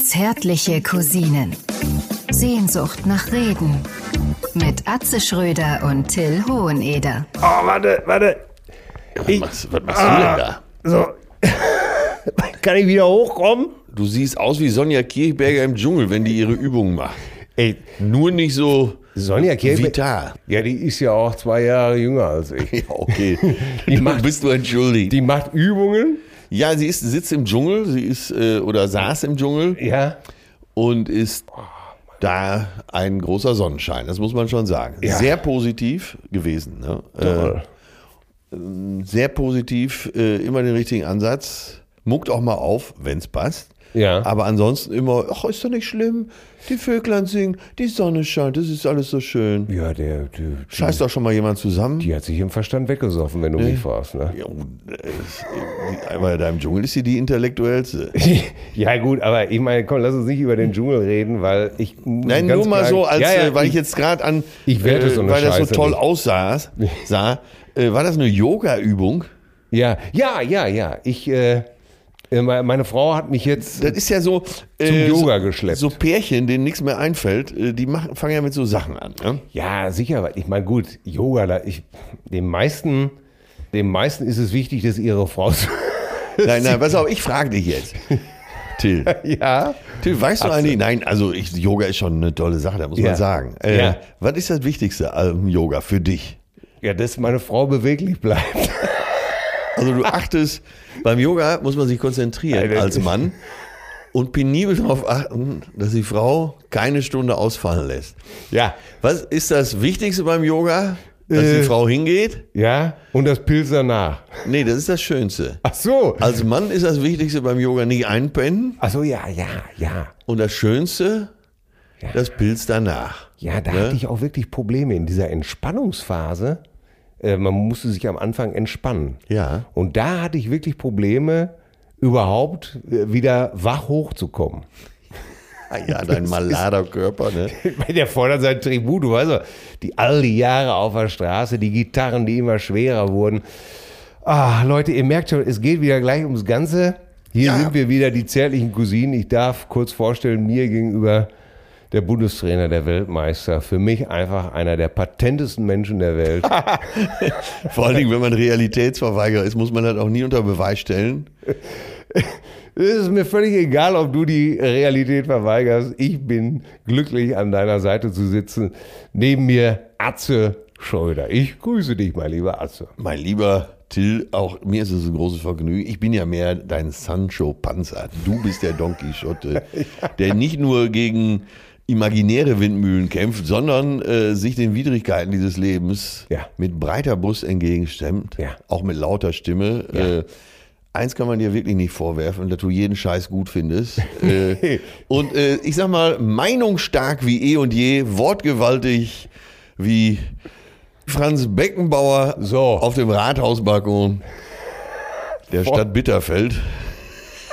Zärtliche Cousinen. Sehnsucht nach Reden. Mit Atze Schröder und Till Hoheneder. Oh, warte, warte. Was machst, was machst Ah. du denn da? So. Kann ich wieder hochkommen? Du siehst aus wie Sonja Kirchberger im Dschungel, wenn die ihre Übungen macht. Ey, Nur nicht so Sonja Kirchberg- vital. Ja, die ist ja auch zwei Jahre jünger als ich. Ja, okay. Die Du macht- bist du entschuldigt. Die macht Übungen. Ja, sie ist, sitzt im Dschungel, sie ist äh, oder saß im Dschungel Ja. und ist Oh, da ein großer Sonnenschein. Das muss man schon sagen. Ja. Sehr positiv gewesen. Ne? Äh, sehr positiv, äh, immer den richtigen Ansatz. Muckt auch mal auf, wenn's passt. Ja. Aber ansonsten immer, ach, ist doch nicht schlimm. Die Vöglein singen, die Sonne scheint, das ist alles so schön. Ja, der, der Scheiß doch schon mal jemand zusammen. Die hat sich im Verstand weggesoffen, wenn du mich fragst. Ne? Ja, oh, äh, aber da im Dschungel ist sie die intellektuellste. Ja gut, aber ich meine, komm, lass uns nicht über den Dschungel reden, weil ich Nein, nur mal so, als, ja, ja, äh, weil ich jetzt gerade an, äh, ich werte so eine weil das so Scheiße toll nicht. aussah, sah, äh, war das eine Yoga-Übung? ja, ja, ja, ja, ich äh, äh, me- meine Frau hat mich jetzt Das ist ja so äh, Yoga so, geschleppt. So Pärchen, denen nichts mehr einfällt, äh, die machen, fangen ja mit so Sachen an. Ne? ja, sicher, weil ich meine, gut, Yoga, da ich dem meisten dem meisten ist es wichtig, dass ihre Frau Nein, nein, pass auf, ich frage dich jetzt. Till, ja, Till, weißt du eigentlich, nein, also ich, Yoga ist schon eine tolle Sache, da muss Ja. man sagen. Äh, Ja. Was ist das Wichtigste am Yoga für dich? ja, dass meine Frau beweglich bleibt. Also du achtest, beim Yoga muss man sich konzentrieren Alter. als Mann und penibel darauf achten, dass die Frau keine Stunde ausfallen lässt. Ja, Was ist das Wichtigste beim Yoga? Dass die Äh. Frau hingeht? ja, und das Pilz danach. Nee, das ist das Schönste. Ach so. Als Mann ist das Wichtigste beim Yoga nicht einpennen Ach so, ja, ja, ja. und das Schönste Ja. das Pilz danach. Ja, da hatte ich auch wirklich Probleme in dieser Entspannungsphase. Äh, man musste sich am Anfang entspannen. Ja. Und da hatte ich wirklich Probleme, überhaupt äh, wieder wach hochzukommen. Ah ja, dein malader Körper, ne? Bei der fordert sein Tribut, du weißt doch, die all die Jahre auf der Straße, die Gitarren, die immer schwerer wurden. Ah, Leute, ihr merkt schon, es geht wieder gleich ums Ganze. Hier Ja. sind wir wieder, die zärtlichen Cousinen. Ich darf kurz vorstellen, mir gegenüber der Bundestrainer, der Weltmeister. Für mich einfach einer der patentesten Menschen der Welt. Vor allen Dingen, wenn man Realitätsverweigerer ist, muss man das auch nie unter Beweis stellen. Es ist mir völlig egal, ob du die Realität verweigerst. Ich bin glücklich, an deiner Seite zu sitzen. Neben mir Atze Schröder. Ich grüße dich, mein lieber Atze. Mein lieber Till, auch mir ist es ein großes Vergnügen. Ich bin ja mehr dein Sancho Panzer. Du bist der Don Quixote, der nicht nur gegen imaginäre Windmühlen kämpft, sondern äh, sich den Widrigkeiten dieses Lebens Ja. mit breiter Brust entgegenstemmt, Ja. auch mit lauter Stimme. Äh, Eins kann man dir wirklich nicht vorwerfen, dass du jeden Scheiß gut findest. Äh, und äh, ich sag mal, meinungsstark wie eh und je, wortgewaltig wie Franz Beckenbauer So. auf dem Rathausbalkon der Stadt Bitterfeld.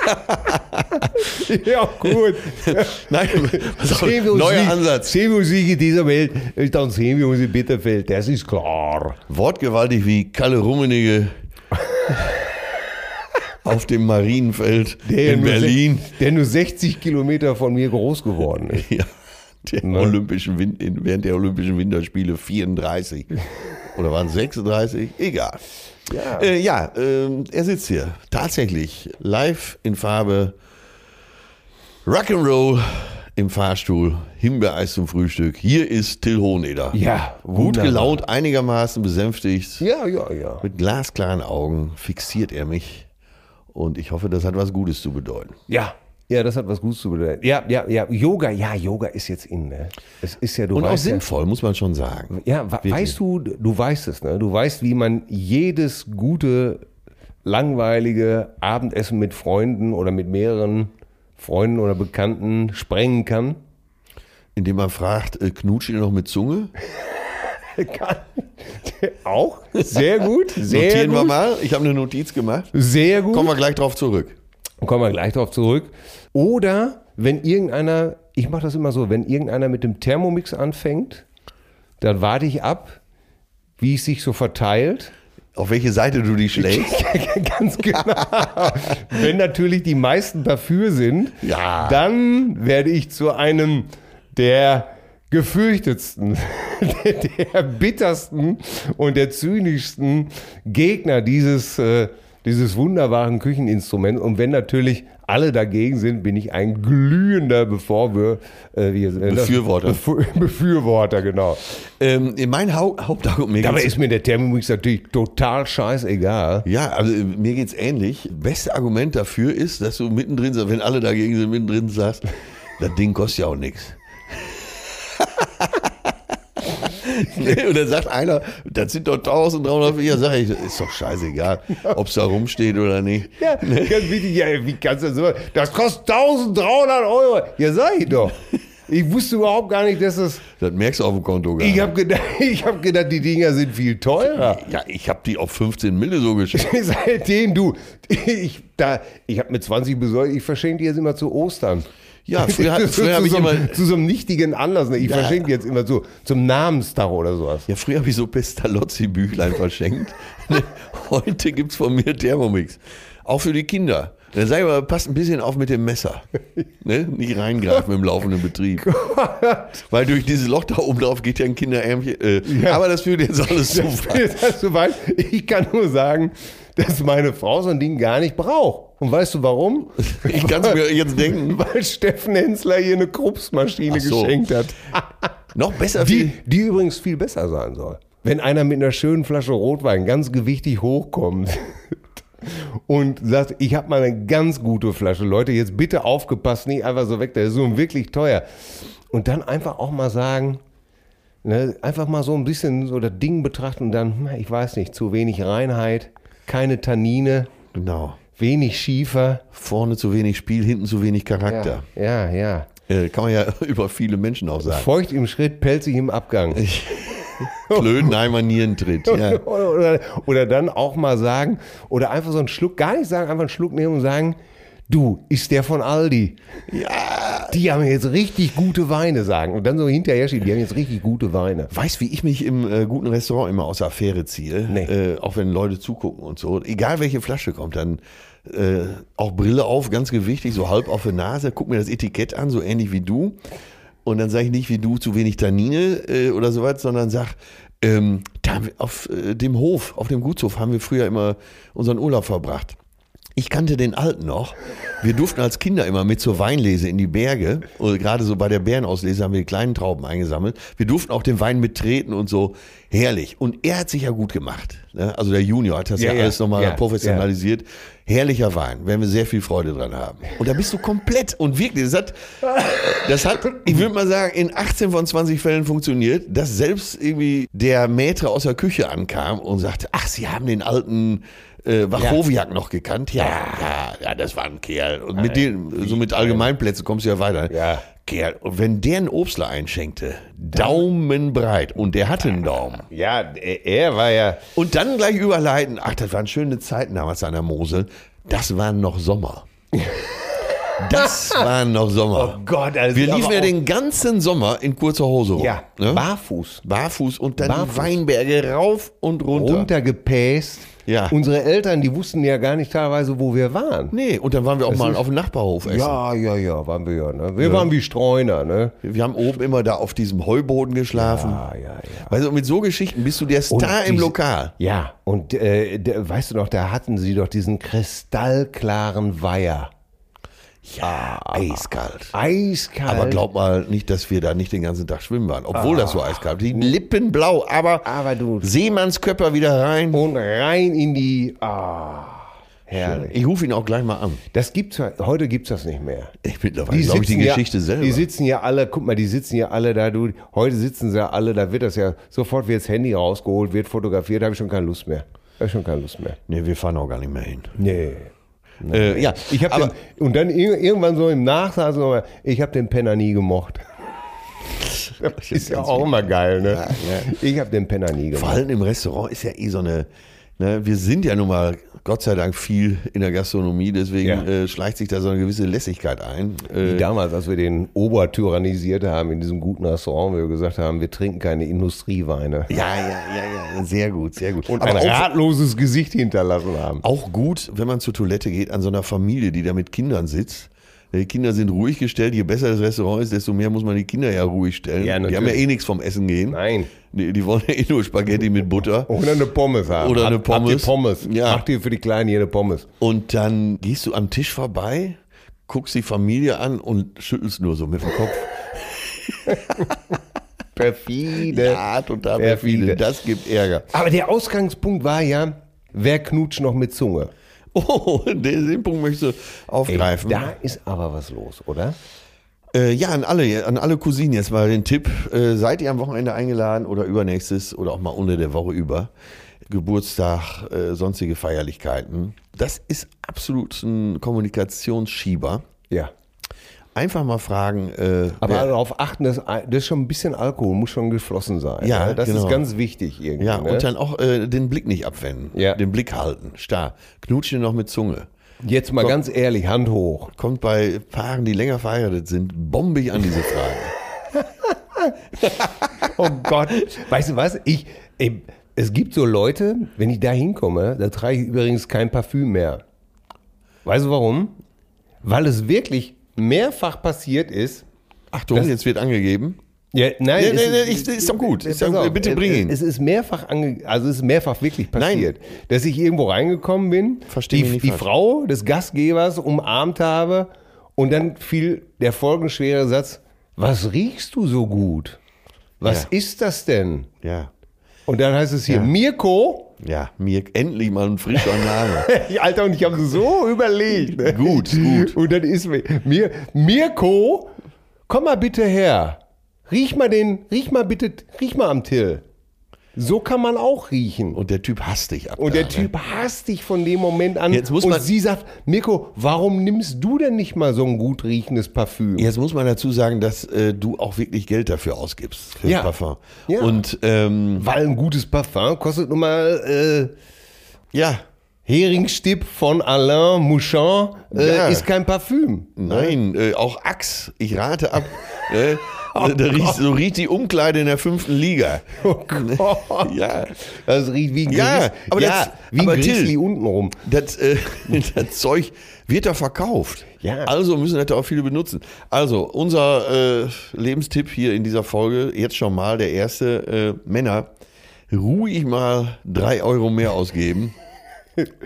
Ja, gut. Nein, pass auf, Also, neuer Ansatz. Sehen wir uns nicht in dieser Welt, dann sehen wir uns in Bitterfeld. Das ist klar. Wortgewaltig wie Kalle Rummenigge auf dem Marienfeld in nur se- Berlin. Der nur 60 Kilometer von mir groß geworden ist. Ja, der Ne? Olympischen Win in- während der Olympischen Winterspiele 34. Oder waren es 36? Egal. Ja. Äh, ja, ähm, er sitzt hier. Tatsächlich. Live in Farbe. Rock'n'Roll im Fahrstuhl. Himbeereis zum Frühstück. Hier ist Till Hohneder. Ja, Gut wunderbar. gelaunt, einigermaßen besänftigt. Ja, ja, ja. Mit glasklaren Augen fixiert er mich. Und ich hoffe, das hat was Gutes zu bedeuten. Ja. Ja, das hat was Gutes zu bedeuten. Ja, ja, ja. Yoga, ja, Yoga ist jetzt in. Ne? Es ist ja, du Und auch weißt ja, sinnvoll, muss man schon sagen. ja, wa- weißt du, du weißt es, ne? Du weißt, wie man jedes gute, langweilige Abendessen mit Freunden oder mit mehreren Freunden oder Bekannten sprengen kann. Indem man fragt, äh, knutscht ihr noch mit Zunge? Auch? Sehr gut. Sehr Notieren gut. wir mal. Ich habe eine Notiz gemacht. Sehr gut. Kommen wir gleich drauf zurück. Kommen wir gleich darauf zurück. Oder wenn irgendeiner, ich mache das immer so, wenn irgendeiner mit dem Thermomix anfängt, dann warte ich ab, wie es sich so verteilt. auf welche Seite du dich schlägst. Ganz genau. Wenn natürlich die meisten dafür sind, Ja. dann werde ich zu einem der gefürchtetsten, der bittersten und der zynischsten Gegner dieses, äh, dieses wunderbaren Kücheninstruments. Und wenn natürlich alle dagegen sind, bin ich ein glühender Bevorwür, äh, wie, äh, Befürworter. Befür, Befürworter, genau. ähm, mein Hau Hauptargument. Dabei ist mir der Thermomix natürlich total scheißegal. Ja, also äh, mir geht's ähnlich. Beste Argument dafür ist, dass du mittendrin, sagst, wenn alle dagegen sind, mittendrin sagst, das Ding kostet ja auch nix. Nee, Und dann sagt einer, das sind doch 1300 Ja, sag ich, ist doch scheißegal, ob's da rumsteht oder nicht. Ne? Ja, ganz wichtig, ja, wie kannst du das so? Das kostet 1300 Euro. Ja, sag ich doch. Ich wusste überhaupt gar nicht, dass das. Das merkst du auf dem Konto gar Ich nicht. habe gedacht, ich hab gedacht, die Dinger sind viel teurer. ja, ich hab die auf 15 Mille so geschickt. Seitdem du. Ich, da, ich habe mir 20 besorgt, ich verschenke die jetzt immer zu Ostern. Ja, früher, hat- zu, früher habe ich so einem, immer. zu so einem nichtigen Anlass. ne? Ich Ja. verschenke die jetzt immer zu, zum Namenstag oder sowas. Ja, früher habe ich so Pestalozzi-Büchlein verschenkt. Heute gibt's von mir Thermomix. Auch für die Kinder. Dann sag ich mal, passt ein bisschen auf mit dem Messer. Ne? Nicht reingreifen im laufenden Betrieb. Weil durch dieses Loch da oben drauf geht ja ein Kinderärmchen. Äh, Ja. Aber das führt jetzt alles zu Das ist das so weit. Ich kann nur sagen, dass meine Frau so ein Ding gar nicht braucht. Und weißt du warum? Ich kann es mir jetzt denken. Weil Steffen Hensler hier eine Kruppsmaschine Ach so. geschenkt hat. Noch besser Die, viel. die übrigens viel besser sein soll. Wenn einer mit einer schönen Flasche Rotwein ganz gewichtig hochkommt und sagt, ich habe mal eine ganz gute Flasche, Leute, jetzt bitte aufgepasst, nicht einfach so weg, der ist so wirklich teuer. Und dann einfach auch mal sagen, ne, einfach mal so ein bisschen so das Ding betrachten und dann, hm, ich weiß nicht, zu wenig Reinheit, keine Tannine, Genau. wenig Schiefer. Vorne zu wenig Spiel, hinten zu wenig Charakter. ja. ja. Äh, kann man ja über viele Menschen auch sagen. Feucht im Schritt, pelzig im Abgang. Klönheimer Nierentritt. Ja. Oder, oder, oder dann auch mal sagen, oder einfach so einen Schluck, gar nicht sagen, einfach einen Schluck nehmen und sagen, du, ist der von Aldi. Ja. Die haben jetzt richtig gute Weine, sagen. Und dann so hinterher schieben, die haben jetzt richtig gute Weine. Weißt, wie ich mich im äh, guten Restaurant immer aus der Affäre ziehe? Nee. Äh, auch wenn Leute zugucken und so. Egal welche Flasche kommt, dann äh, auch Brille auf, ganz gewichtig, so halb auf der Nase, guck mir das Etikett an, so ähnlich wie du. Und dann sage ich nicht wie du zu wenig Tannine äh, oder sowas, sondern sag, ähm, da haben wir auf äh, dem Hof, auf dem Gutshof haben wir früher immer unseren Urlaub verbracht. Ich kannte den alten noch. Wir durften als Kinder immer mit zur Weinlese in die Berge. Und gerade so bei der Bärenauslese haben wir die kleinen Trauben eingesammelt. Wir durften auch den Wein mittreten und so. Herrlich. Und er hat sich ja gut gemacht. ne? Also der Junior hat das ja, Ja, ja, alles nochmal ja, professionalisiert. Herrlicher Wein. Werden wir sehr viel Freude dran haben. Und da bist du komplett und wirklich. Das hat, das hat ich würde mal sagen, in 18 von 20 Fällen funktioniert, dass selbst irgendwie der Maitre aus der Küche ankam und sagte, ach, Sie haben den alten äh, Wachowiak noch gekannt? Ja, ja, ja, das war ein Kerl. Und mit dem, so mit Allgemeinplätzen kommst du ja weiter. Ja. Kerl. Und wenn der einen Obstler einschenkte, daumenbreit, und der hatte einen Daumen. Ja, er er war ja. Und dann gleich überleiten, ach, das waren schöne Zeiten damals an der Mosel. Das waren noch Sommer. Das waren noch Sommer. Oh Gott, also Wir aber liefen ja auch- den ganzen Sommer in kurzer Hose rum. Ja, ne? barfuß. barfuß und dann Barfuß. die Weinberge rauf und runter. Runtergepäst. Ja. Unsere Eltern, die wussten ja gar nicht teilweise, wo wir waren. Nee, und dann waren wir auch mal auf dem Nachbarhof essen. Ja, ja, ja, waren wir ja. Ne? Wir waren wie Streuner, ne? Wir haben oben immer da auf diesem Heuboden geschlafen. Ah, ja, ja. Weißt du, und mit so Geschichten bist du der Und Star im diese- Lokal. Ja, und äh, der- weißt du noch, da hatten sie doch diesen kristallklaren Weiher. Ja, eiskalt. Äh. Eiskalt. Aber glaub mal nicht, dass wir da nicht den ganzen Tag schwimmen waren, obwohl das so eiskalt war. Die Lippen blau, aber, Aber du- Seemannskörper wieder rein. Und rein in die. Ah, herrlich. Ich rufe ihn auch gleich mal an. Das gibt's ja- heute gibt's das nicht mehr. Ich mittlerweile glaube ich die sitzen Geschichte ja, selber. Die sitzen ja alle, guck mal, die sitzen ja alle da, du, heute sitzen sie ja alle, da wird das ja, sofort wird das Handy rausgeholt, wird fotografiert, da habe ich schon keine Lust mehr. Da habe ich schon keine Lust mehr. nee, wir fahren auch gar nicht mehr hin. Nee. Äh, ja, Ich hab aber- den, und dann ir- irgendwann so im Nachsatz nochmal, ich habe den Penner nie gemocht. Das ist ja auch immer geil, ne? Ich habe den Penner nie Vor gemocht. allem im Restaurant ist ja eh so eine Ne, wir sind ja nun mal Gott sei Dank viel in der Gastronomie, deswegen Ja. äh, schleicht sich da so eine gewisse Lässigkeit ein. Wie Äh, damals, als wir den Ober tyrannisiert haben in diesem guten Restaurant, wo wir gesagt haben, wir trinken keine Industrieweine. ja, ja, ja, ja, sehr gut, sehr gut. Und Aber ein auch, ratloses Gesicht hinterlassen haben. auch gut, wenn man zur Toilette geht, an so einer Familie, die da mit Kindern sitzt. Die Kinder sind ruhig gestellt, je besser das Restaurant ist, desto mehr muss man die Kinder ja ruhig stellen. Ja, die haben ja natürlich. eh nichts vom Essen gehen. Nein. Die, die wollen ja eh nur Spaghetti mit Butter. Oder eine Pommes haben. Oder eine Habt- habt ihr Pommes. Pommes. Ja. Macht ihr für die Kleinen hier eine Pommes. Und dann gehst du am Tisch vorbei, guckst die Familie an und schüttelst nur so mit dem Kopf. Perfide. Ja, total Perfide. perfide. Das gibt Ärger. Aber der Ausgangspunkt war ja, wer knutscht noch mit Zunge? Oh, den, den Punkt möchtest du aufgreifen. Da ist aber was los, oder? Äh, ja, an alle, an alle Cousinen jetzt mal den Tipp. Äh, seid ihr am Wochenende eingeladen oder übernächstes oder auch mal unter der Woche über? Geburtstag, äh, sonstige Feierlichkeiten. Das ist absolut ein Kommunikationsschieber. Ja. Einfach mal fragen. Äh, Aber wer- darauf achten, dass das ist schon ein bisschen Alkohol, muss schon geflossen sein. Ja, ne? das genau. ist ganz wichtig irgendwie. Ja, ne? und dann auch äh, den Blick nicht abwenden. Ja. Den Blick halten, starr. Knutschen noch mit Zunge. Jetzt mal ganz ehrlich, Hand hoch. Kommt bei Paaren, die länger verheiratet sind, bombig an diese Frage. Oh Gott. Weißt du was? Ich, ey, es gibt so Leute, wenn ich da hinkomme, da trage ich übrigens kein Parfüm mehr. Weißt du warum? Weil es wirklich mehrfach passiert ist. Achtung, jetzt wird angegeben. Ja, nein, Nee, es nee, ist- nee, ich- ist doch gut. Ist Pass doch- auf, bitte bring es- ihn. Es ist mehrfach ange also es ist mehrfach wirklich passiert, dass ich irgendwo reingekommen bin, Versteh die, mich nicht die falsch. Frau des Gastgebers umarmt habe und dann fiel der folgenschwere Satz: Was riechst du so gut? Was Ja. ist das denn? Ja. Und dann heißt es hier Ja. Mirko. Ja, mir endlich mal ein frischer Name. Alter, und ich habe so überlegt. Ne? gut, gut. Und dann ist mir, mir Mirko, komm mal bitte her. Riech mal den, riech mal bitte, riech mal am Till. So kann man auch riechen. Und der Typ hasst dich ab. Und da, ne? der Typ hasst dich von dem Moment an. Jetzt muss und man- sie sagt, Mirko, warum nimmst du denn nicht mal so ein gut riechendes Parfüm? Ne? Jetzt muss man dazu sagen, dass äh, du auch wirklich Geld dafür ausgibst. Für Ja. Parfum. Ja. Und ähm, Weil ein gutes Parfum kostet nun mal äh, ja, Heringstipp von Alain Mouchon äh, Ja. ist kein Parfüm. nein, äh, auch Axe, ich rate ab. äh, da riecht, so riecht die Umkleide in der fünften Liga. Oh Gott. Ja. Das riecht wie ein Ja, Grizzly. aber ja, das- wie aber ein Grizzly Till- untenrum. Das, äh, das Zeug wird da verkauft. Ja. Also müssen das da auch viele benutzen. Also, unser äh, Lebenstipp hier in dieser Folge, jetzt schon mal der erste, äh, Männer, ruhig mal drei Euro mehr ausgeben.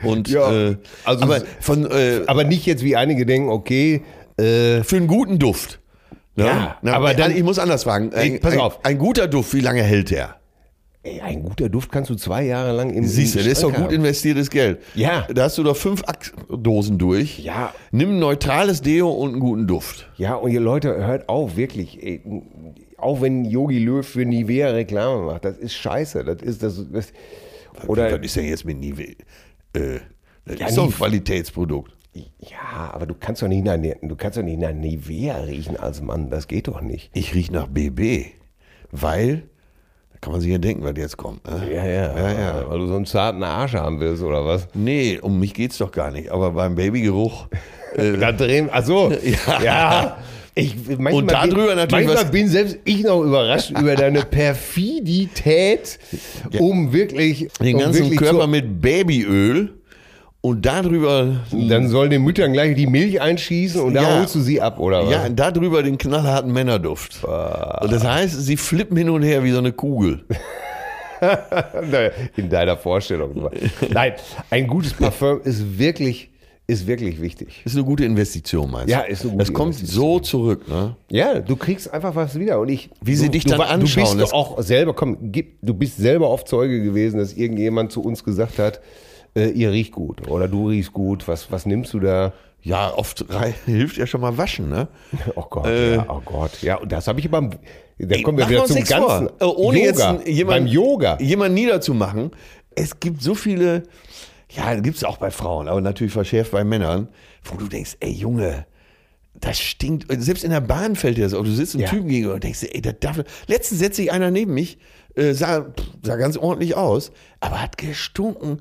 Und Ja, äh, also aber es- von äh, Aber nicht jetzt, wie einige denken, okay, äh, für einen guten Duft. Ne? Ja, Na, aber dann- ich muss anders fragen. Ein, Ey, pass ein, auf. ein guter Duft, wie lange hält der? ey, ein guter Duft kannst du zwei Jahre lang im Siehst du, im das ist doch Schrank gut haben. investiertes Geld. Ja. Da hast du doch fünf Dosen durch. Ja. Nimm ein neutrales Deo und einen guten Duft. Ja, und ihr Leute, hört auf, wirklich. Ey, auch wenn Yogi Löw für Nivea Reklame macht, das ist scheiße. Das ist das. das oder Was ist denn jetzt mit Nivea? Äh, das Ja, ist doch ein Nive- Qualitätsprodukt. ja, aber du kannst doch nicht nach, Ne, du kannst doch nicht nach Nivea riechen als Mann. Das geht doch nicht. Ich rieche nach BB, weil, da kann man sich ja denken, was jetzt kommt. Ne? Ja, ja, ja, ja. Weil du so einen zarten Arsch haben willst oder was? Nee, um mich geht's doch gar nicht. Aber beim Babygeruch, äh, Da drehen, also ja. Ich, manchmal Und darüber bin, natürlich Manchmal was- bin selbst ich noch überrascht über deine Perfidität, um wirklich den um ganzen wirklich Körper mit Babyöl und darüber, Zu, dann sollen den Müttern gleich die Milch einschießen und da Ja. holst du sie ab oder was? ja, darüber den knallharten Männerduft. Und das heißt, sie flippen hin und her wie so eine Kugel. Naja, In deiner Vorstellung. Nein, ein gutes Parfum ist wirklich ist wirklich wichtig. Ist eine gute Investition, meinst du? Ja, ist eine gute Das kommt so zurück, ne? Ja, du kriegst einfach was wieder und ich Wie sie du, dich du, dann wa- anschauen, Du das- bist doch auch selber, komm, gib, du bist selber oft Zeuge gewesen, dass irgendjemand zu uns gesagt hat, äh, ihr riecht gut oder du riechst gut. Was was nimmst du da? Ja, oft rei- hilft ja schon mal waschen, ne? Oh Gott, ja, oh Gott, ja. Und das habe ich beim, da kommen wir wieder Machen Äh. uns zum nichts Ganzen. vor. Äh, Ohne Yoga, jetzt jemanden, beim Yoga. jemanden niederzumachen. Es gibt so viele, ja, gibt es auch bei Frauen, aber natürlich verschärft bei Männern, wo du denkst, ey Junge, das stinkt. Und Selbst in der Bahn fällt dir das auf. Du sitzt einem Ja. Typen gegenüber und denkst, ey, das darf. Letztens setzt sich einer neben mich, äh, sah, pff, sah ganz ordentlich aus, aber hat gestunken.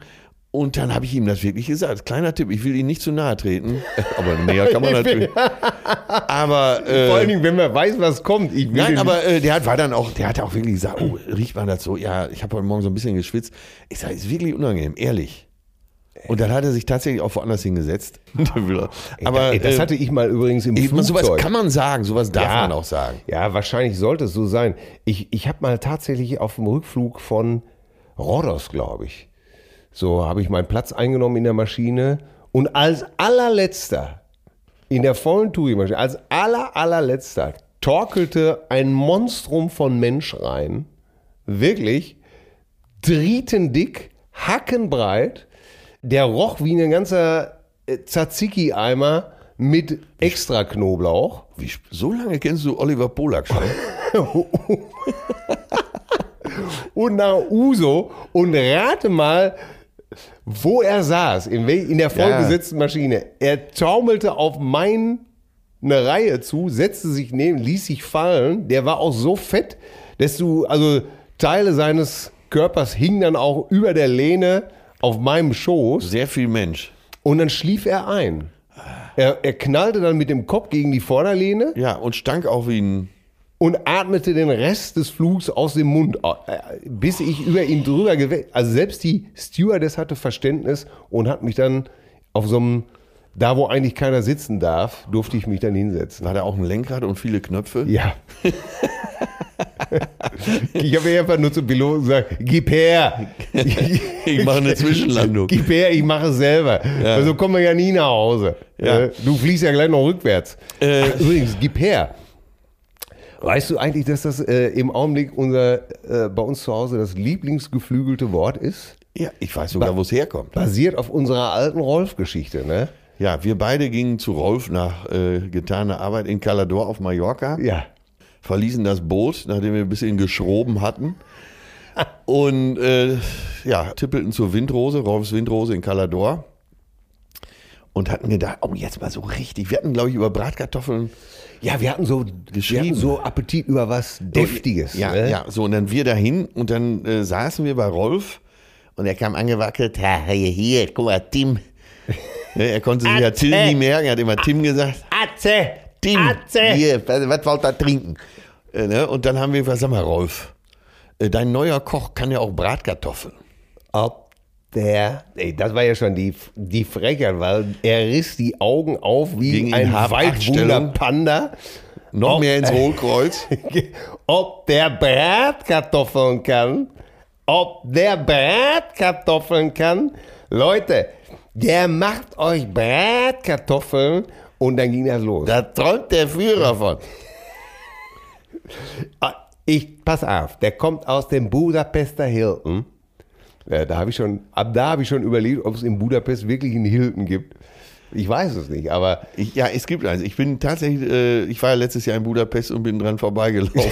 Und dann habe ich ihm das wirklich gesagt. Kleiner Tipp, ich will Ihnen nicht zu nahe treten. Aber näher kann man natürlich. Aber äh, Vor allen Dingen, wenn man weiß, was kommt. Ich will Nein, den- aber äh, der hat, war dann auch, der hat auch wirklich gesagt, oh, riecht man das so? Ja, ich habe heute Morgen so ein bisschen geschwitzt. Ich sage, ist wirklich unangenehm, ehrlich. Und dann hat er sich tatsächlich auch woanders hingesetzt. aber Ey, das äh, hatte ich mal übrigens im ey, man- Flugzeug. sowas kann man sagen, sowas darf man auch sagen. Ja, wahrscheinlich sollte es so sein. Ich, ich habe mal tatsächlich auf dem Rückflug von Rhodos, glaube ich, so habe ich meinen Platz eingenommen in der Maschine und als allerletzter in der vollen Touri-Maschine, als aller allerletzter torkelte ein Monstrum von Mensch rein, wirklich drietendick, hackenbreit, der roch wie ein ganzer äh, Tzatziki-Eimer mit extra Knoblauch. Wie, sp- so lange kennst du Oliver Polak schon? und nach Uso und rate mal, wo er saß, in, wel- in der vollbesetzten Maschine. Er taumelte auf meine Reihe zu, setzte sich neben, ließ sich fallen. Der war auch so fett, dass du, also Teile seines Körpers hingen dann auch über der Lehne auf meinem Schoß. Sehr viel Mensch. Und dann schlief er ein. Er, er knallte dann mit dem Kopf gegen die Vorderlehne Ja, und stank auch wie ein. und atmete den Rest des Flugs aus dem Mund, au- äh, bis ich über ihn drüber gewählt. Also selbst die Stewardess hatte Verständnis und hat mich dann auf so einem, da wo eigentlich keiner sitzen darf, durfte ich mich dann hinsetzen. War da auch ein Lenkrad und viele Knöpfe? Ja. ich habe einfach nur zum Piloten gesagt, gib her. Ich mache eine Zwischenlandung. Gib her, ich mache es selber. Weil so kommen wir ja nie nach Hause. Ja. Äh. Äh, Du fliegst ja gleich noch rückwärts. Ach, übrigens, gib her. Weißt du eigentlich, dass das äh, im Augenblick unser äh, bei uns zu Hause das lieblingsgeflügelte Wort ist? Ja, ich weiß sogar, wo es herkommt. Basiert auf unserer alten Rolf-Geschichte, ne? Ja, wir beide gingen zu Rolf nach äh, getaner Arbeit in Calador auf Mallorca. Ja. verließen das Boot, nachdem wir ein bisschen geschroben hatten. Und äh, ja, tippelten zur Windrose, Rolfs Windrose in Calador. Und hatten gedacht, oh, jetzt mal so richtig. Wir hatten, glaube ich, über Bratkartoffeln. Ja, wir hatten so, wir Geschrieben. Äh, hatten so Appetit über was Deftiges. Ja, ne? ja. So, und dann wir dahin und dann äh, saßen wir bei Rolf und er kam angewackelt. Ha, hier, hier, guck mal, Tim. Ja, er konnte sich ja Till nie merken, er hat immer Tim gesagt. Atze! Tim, Atze! hier, was, was wollt ihr trinken? Äh, ne? Und dann haben wir gesagt, sag mal, Rolf, äh, dein neuer Koch kann ja auch Bratkartoffeln. Ob der. Ey, das war ja schon die, die Frechheit, weil er riss die Augen auf wie Ging in ein Habachtstellung. Waldwunder Panda. Noch mehr ins Hohlkreuz. Ob der Bratkartoffeln kann. Ob der Bratkartoffeln kann. Leute, der macht euch Bratkartoffeln und dann ging das los. da träumt der Führer von. Ah, Ich, pass auf, der kommt aus dem Budapester Hilton. Ja, da habe ich schon, ab da habe ich schon überlegt, ob es in Budapest wirklich einen Hilton gibt. Ich weiß es nicht, aber Ich, ja, es gibt eins. Ich bin tatsächlich, äh, ich war ja letztes Jahr in Budapest und bin dran vorbeigelaufen.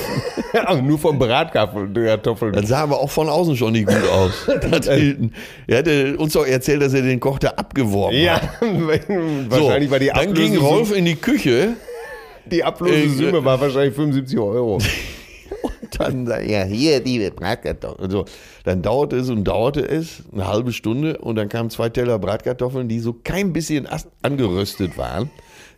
nur vom Bratkartoffeln. Das sah aber auch von außen schon nicht gut aus. Das Hilton. er hatte uns doch erzählt, dass er den Koch da abgeworfen Ja, hat. So, wahrscheinlich war die dann ging Ablösesumme- Rolf Äh, in die Küche. Die Ablösesumme war wahrscheinlich 75 Euro. dann da, ja, hier, die Bratkartoffeln. Und so. Dann dauerte es und dauerte es, eine halbe Stunde, und dann kamen zwei Teller Bratkartoffeln, die so kein bisschen as- angeröstet waren.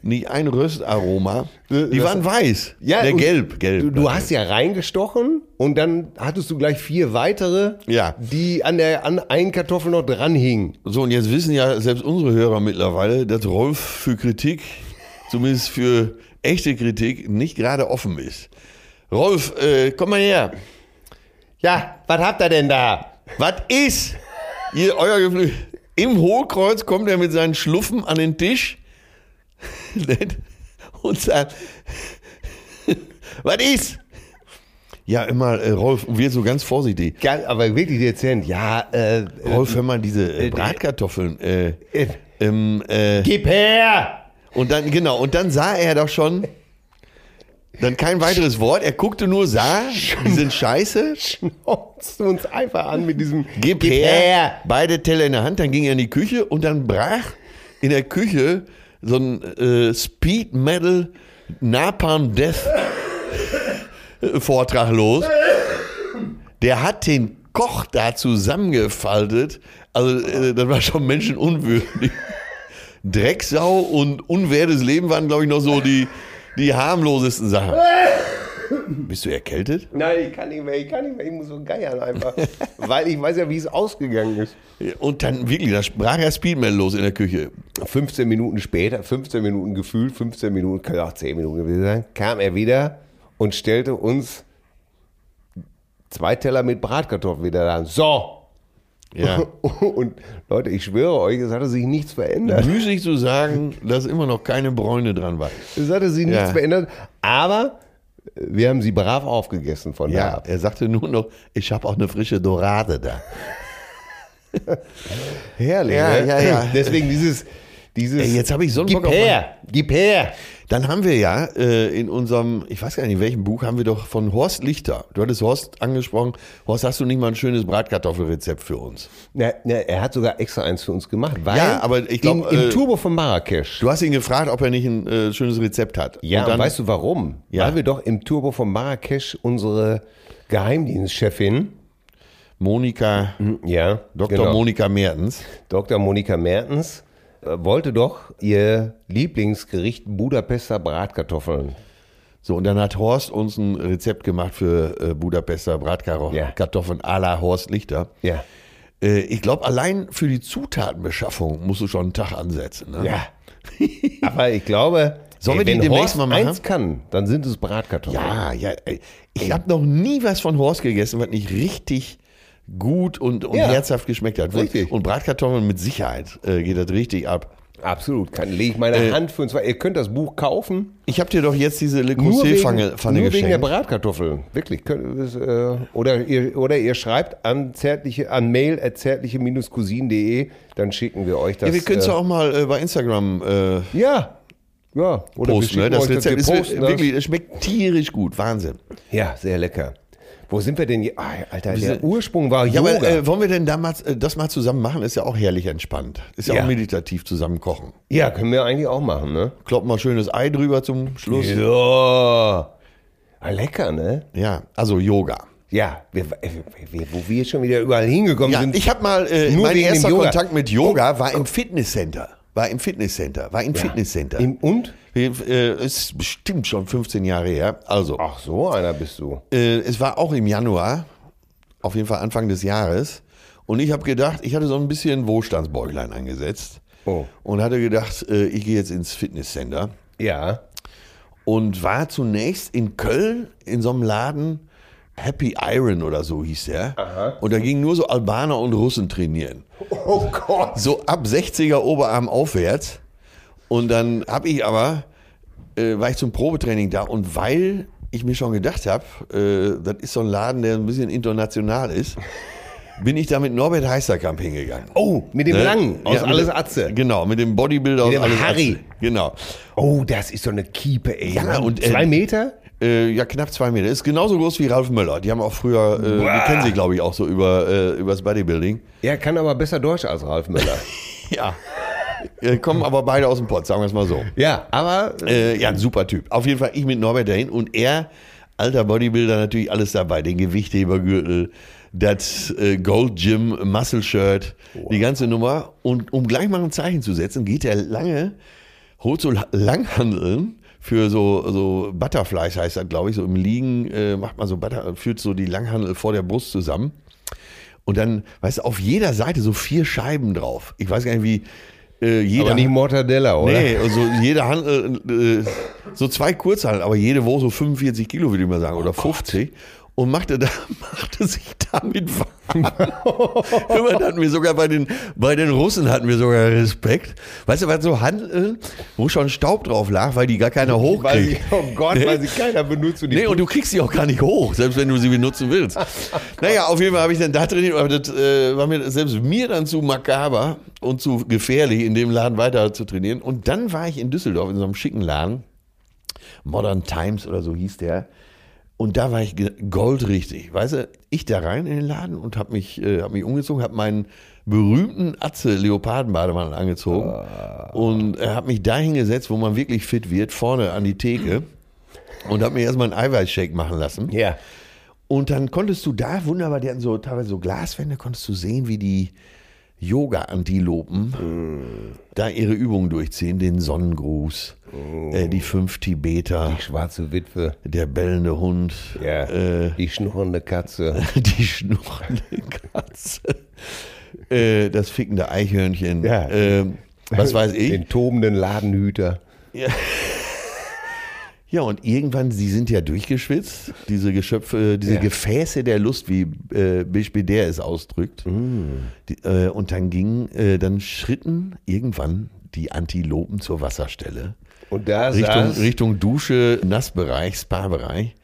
Nicht ein Röstaroma. Die Äh, Das- waren weiß. Ja, der und gelb, gelb. Du, du hast ja reingestochen und dann hattest du gleich vier weitere, Ja. die an der an einen Kartoffel noch dran hingen. So, und jetzt wissen ja selbst unsere Hörer mittlerweile, dass Rolf für Kritik, zumindest für echte Kritik, nicht gerade offen ist. Rolf, äh, komm mal her. Ja, was habt ihr denn da? Was ist? Ihr, euer Geflügel. Im Hohlkreuz kommt er mit seinen Schluffen an den Tisch und sagt, was ist? Ja, immer, äh, Rolf, und wir so ganz vorsichtig. Ja, aber wirklich dezent. Ja, äh, Rolf, hör mal, diese äh, äh, Bratkartoffeln. Äh, äh, ähm, äh, gib her! und dann, genau, und dann sah er doch schon, dann kein weiteres Wort, er guckte nur, sah, die sind scheiße. Schnauzt du uns einfach an mit diesem Gib her. Beide Teller in der Hand, dann ging er in die Küche und dann brach in der Küche so ein äh, Speed Metal Napalm Death Vortrag los. Der hat den Koch da zusammengefaltet. Also, äh, das war schon menschenunwürdig. Drecksau und unwertes Leben waren, glaube ich, noch so die, die harmlosesten Sachen. Bist du erkältet? Nein, ich kann nicht mehr, ich kann nicht mehr, ich muss so geiern einfach. weil ich weiß ja, wie es ausgegangen ist. Und dann wirklich, da sprach ja Speedman los in der Küche. 15 Minuten später, 15 Minuten gefühlt, 15 Minuten, kann auch 10 Minuten gewesen sein, kam er wieder und stellte uns zwei Teller mit Bratkartoffeln wieder da. So! Ja. Und Leute, ich schwöre euch, es hatte sich nichts verändert. Müßig zu sagen, dass immer noch keine Bräune dran war. Es hatte sich nichts Ja. verändert, aber wir haben sie brav aufgegessen von da Ja, ab. er sagte nur noch, ich habe auch eine frische Dorade da. Herrlich. Ja, ne? ja, ja. Deswegen dieses, dieses. Ey, jetzt habe ich so einen Gib Bock auf her, gib her. Dann haben wir ja äh, in unserem, ich weiß gar nicht, in welchem Buch haben wir doch von Horst Lichter. Du hattest Horst angesprochen. Horst, hast du nicht mal ein schönes Bratkartoffelrezept für uns? Na, na, er hat sogar extra eins für uns gemacht, weil Ja, aber ich glaub, im, im äh, Turbo von Marrakesch. Du hast ihn gefragt, ob er nicht ein äh, schönes Rezept hat. Ja, Und und dann, weißt du warum? Ja. Weil wir doch im Turbo von Marrakesch unsere Geheimdienstchefin, Monika, ja, Dr. genau. Monika Mertens. Dr. Monika Mertens, äh, wollte doch ihr Lieblingsgericht Budapester Bratkartoffeln. So, und dann hat Horst uns ein Rezept gemacht für äh, Budapester Ja. Bratkartoffeln à la Horst Lichter. Ja. Äh, ich glaube, allein für die Zutatenbeschaffung musst du schon einen Tag ansetzen. Ne? Ja. aber ich glaube, Sollen wir die wenn demnächst Horst mal machen? eins kann, dann sind es Bratkartoffeln. Ja, ja. ey, Ich habe noch nie was von Horst gegessen, was nicht richtig gut und, und Ja. herzhaft geschmeckt hat. Und, Richtig. und Bratkartoffeln mit Sicherheit äh, geht das richtig ab. Absolut, kann lege ich meine Äh. Hand für uns. Ihr könnt das Buch kaufen. Ich habe dir doch jetzt diese Le Creuset-Pfanne eh Pfanne nur wegen der geschenkt. Bratkartoffeln. Wirklich. Könnt, es, äh, oder, ihr, oder ihr schreibt an zärtliche, an mail zärtliche-cousin.de, dann schicken wir euch das. Ja, wir können es äh, auch mal äh, bei Instagram äh, Ja. Ja. Oder wir posten. schicken Ne? Das ne? euch Rezept wir ist posten das. ne? wirklich, es schmeckt tierisch gut. Wahnsinn. Ja, sehr lecker. Wo sind wir denn? je- Ah, Alter, der sind- Ursprung war Ja, Yoga. aber äh, wollen wir denn damals äh, das mal zusammen machen? Ist ja auch herrlich entspannt. Ist ja, Ja. auch meditativ zusammen kochen. ja, können wir eigentlich auch machen, ne? Kloppen mal schönes Ei drüber zum Schluss. Ja, Ja. Ah, lecker, ne? also Yoga. Ja, wir, wir, wo wir schon wieder überall hingekommen Ja, sind. ich habe mal äh, Nur mein wegen dem erster Yoga. Oh. Kontakt mit Yoga war im Fitnesscenter. War im Fitnesscenter. War im Fitnesscenter. Im, und? Wir, äh, ist bestimmt schon 15 Jahre her. Also, Ach, so einer bist du. äh, es war auch im Januar, auf jeden Fall Anfang des Jahres. Und ich habe gedacht, ich hatte so ein bisschen Wohlstandsbäuglein angesetzt Oh. und hatte gedacht, äh, ich gehe jetzt ins Fitnesscenter Ja. und war zunächst in Köln in so einem Laden Happy Iron oder so hieß der. Und da gingen nur so Albaner und Russen trainieren. Oh Gott. so ab 60er Oberarm aufwärts. Und dann habe ich aber, äh, war ich zum Probetraining da und weil ich mir schon gedacht habe, äh, das ist so ein Laden, der ein bisschen international ist, bin ich da mit Norbert Heisterkamp hingegangen. Oh, mit dem Ne? Langen aus Ja, mit Alles dem- Atze. Genau, mit dem Bodybuilder Mit dem aus Alles Harry. Atze. Genau. Oh, das ist so eine Kiepe, ey. Ja, und, äh, Zwei Meter? Äh, ja, knapp zwei Meter. Ist genauso groß wie Ralf Möller. Die haben auch früher, äh, die Boah. kennen sich, glaube ich, auch so über äh, übers Bodybuilding. Er kann aber besser Deutsch als Ralf Müller. Ja. Äh, kommen aber beide aus dem Pott, sagen wir es mal so. ja, aber Äh, ja, ein super Typ. Auf jeden Fall ich mit Norbert dahin und er, alter Bodybuilder, natürlich alles dabei. Den Gewichthebergürtel, das äh, Gold Gym Muscle Shirt, die ganze Nummer. Und um gleich mal ein Zeichen zu setzen, geht er lange, holt so La- Langhandeln für so, so Butterflies heißt das, glaube ich, so im Liegen äh, macht man so Butter, führt so die Langhandel vor der Brust zusammen. Und dann, weißt du, auf jeder Seite so vier Scheiben drauf. Ich weiß gar nicht, wie äh, jeder. aber nicht Mortadella, oder? Nee, also jede Hand, äh, äh, so zwei Kurzhandeln, aber jede Woche so 45 Kilo, würde ich mal Oh sagen, oder 50. Und machte, da, machte sich damit warm. Irgendwann hatten wir sogar bei den, bei den Russen hatten wir sogar Respekt. Weißt du, was so Handeln, wo schon Staub drauf lag, weil die gar keiner Weil sie, hochkriegt. oh Gott, Nee. weil sie keiner benutzt. Und die Nee, und du kriegst sie auch gar nicht hoch, selbst wenn du sie benutzen willst. naja, auf jeden Fall habe ich dann da trainiert, aber das äh, war mir selbst mir dann zu makaber und zu gefährlich, in dem Laden weiter zu trainieren. Und dann war ich in Düsseldorf in so einem schicken Laden, Modern Times oder so hieß der. Und da war ich ge- goldrichtig. Weißt du, ich da rein in den Laden und habe mich, äh, hab mich umgezogen, habe meinen berühmten Atze-Leopardenbademann angezogen und äh, habe mich dahin gesetzt, wo man wirklich fit wird, vorne an die Theke und habe mir erstmal einen Eiweißshake machen lassen. ja. Und dann konntest du da wunderbar, die hatten so teilweise so Glaswände, konntest du sehen, wie die Yoga-Antilopen da ihre Übungen durchziehen. Den Sonnengruß, äh, die fünf Tibeter, Schwarze Witwe, der bellende Hund, ja, äh, die schnurrende Katze. die schnurrende Katze, äh, das fickende Eichhörnchen, Ja. ähm, was weiß ich. Den tobenden Ladenhüter. Ja, und irgendwann, sie sind ja durchgeschwitzt, diese Geschöpfe, äh, diese Ja. Gefäße der Lust, wie äh, Bishbeder es ausdrückt. Mm. Die, äh, und dann gingen, äh, dann schritten irgendwann die Antilopen zur Wasserstelle. Und da Richtung, saß, Richtung Dusche, Nassbereich, Spa-Bereich.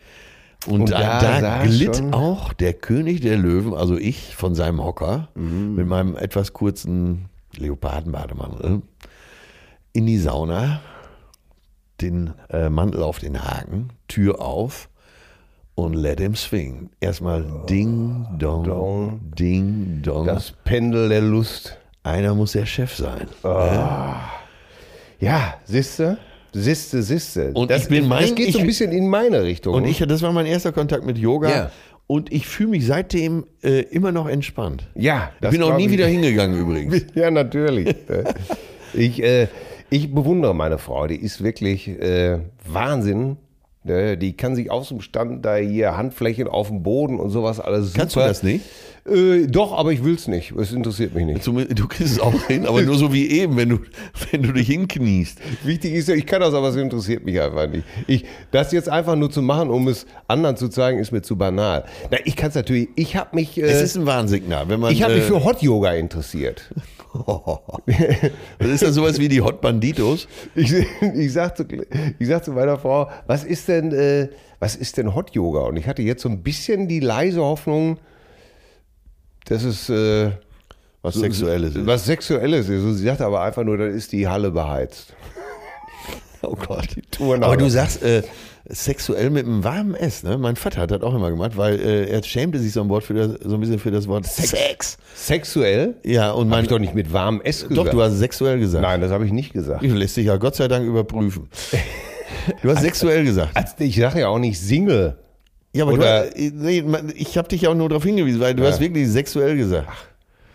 Und, Und da, da da, saß glitt schon- auch der König der Löwen, also ich, von seinem Hocker, Mhm. mit meinem etwas kurzen Leopardenbademantel, in die Sauna, den äh, Mantel auf den Haken, Tür auf und let him swing. Erstmal Ding, Dong, Oh, Dong. Ding, Dong. das Pendel der Lust. Einer muss der Chef sein. Ja, siehste, siehste, siehste. Und das, ich bin mein- das geht so ich- ein bisschen in meine Richtung. Und ich, das war mein erster Kontakt mit Yoga. Ja. Und ich fühle mich seitdem äh, immer noch entspannt. ja, Ich bin auch nie wieder hingegangen übrigens. Ja, natürlich. ich, äh, ich bewundere meine Frau, die ist wirklich äh, Wahnsinn. Ne, Die kann sich aus dem Stand da hier Handflächen auf dem Boden und sowas alles super. Kannst du das nicht? Äh, doch, aber ich will's nicht. Es interessiert mich nicht. Zum- Du kriegst es auch hin, aber nur so wie eben, wenn du, wenn du dich hinkniest. Wichtig ist ja, ich kann das, aber es interessiert mich einfach nicht. Ich, das jetzt einfach nur zu machen, um es anderen zu zeigen, ist mir zu banal. Na, ich kann es natürlich, ich habe mich, Es äh, ist ein Warnsignal. Wenn man, ich habe mich äh, für Hot Yoga interessiert. das ist ja sowas wie die Hot Banditos. Ich, ich, sag zu, ich sag zu meiner Frau, was ist denn, äh, was ist denn Hot Yoga? Und ich hatte jetzt so ein bisschen die leise Hoffnung, dass es äh, Was Sexuelles ist. was Sexuelles ist. Und sie sagte aber einfach nur, dann ist die Halle beheizt. Oh Gott. Touren aber aber. du sagst, äh, sexuell mit einem warmen S, ne? Mein Vater hat das auch immer gemacht, weil äh, er schämte sich so ein, Wort für das, so ein bisschen für das Wort Sex. Sexuell? Ja, und Habe mein. ich doch nicht mit warmem S gesagt. doch, du hast sexuell gesagt. Nein, das habe ich nicht gesagt. Ich lässt sich ja Gott sei Dank überprüfen. Du hast sexuell gesagt. Also ich sage ja auch nicht Single. Ja, aber du Oder- hast, nee, man- ich habe dich ja auch nur darauf hingewiesen, weil du hast wirklich sexuell gesagt.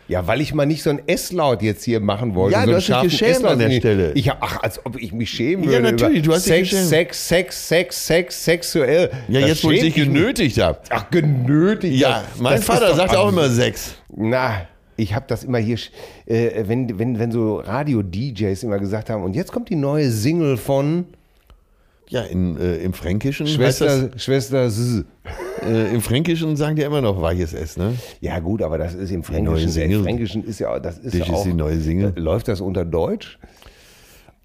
Ja, weil ich mal nicht so ein S-Laut jetzt hier machen wollte. Ja, so du einen hast dich scharfen geschämt S-Laut. an der Ich- Stelle. Ich, ach, als ob ich mich schämen Ja, würde. natürlich, über du hast dich Sex, geschämt. Sex, Sex, Sex, Sex, sexuell. Ja, Das jetzt wo ich schämt dich mich nicht. genötigt habe. Ach, genötigt. Ja, Das- mein das ist Vater doch sagt am- auch immer Sex. Na, ich habe das immer hier, sch- äh, wenn, wenn, wenn so Radio-DJs immer gesagt haben, und jetzt kommt die neue Single von Ja, in, äh, im Fränkischen heißt Schwester, Schwester S. das, äh, im Fränkischen sagen die immer noch weiches S, ne? Ja gut, aber das ist im neue Fränkischen. Single. Im Fränkischen ist ja, das ist Das ja ist auch, die neue Single. läuft das unter Deutsch?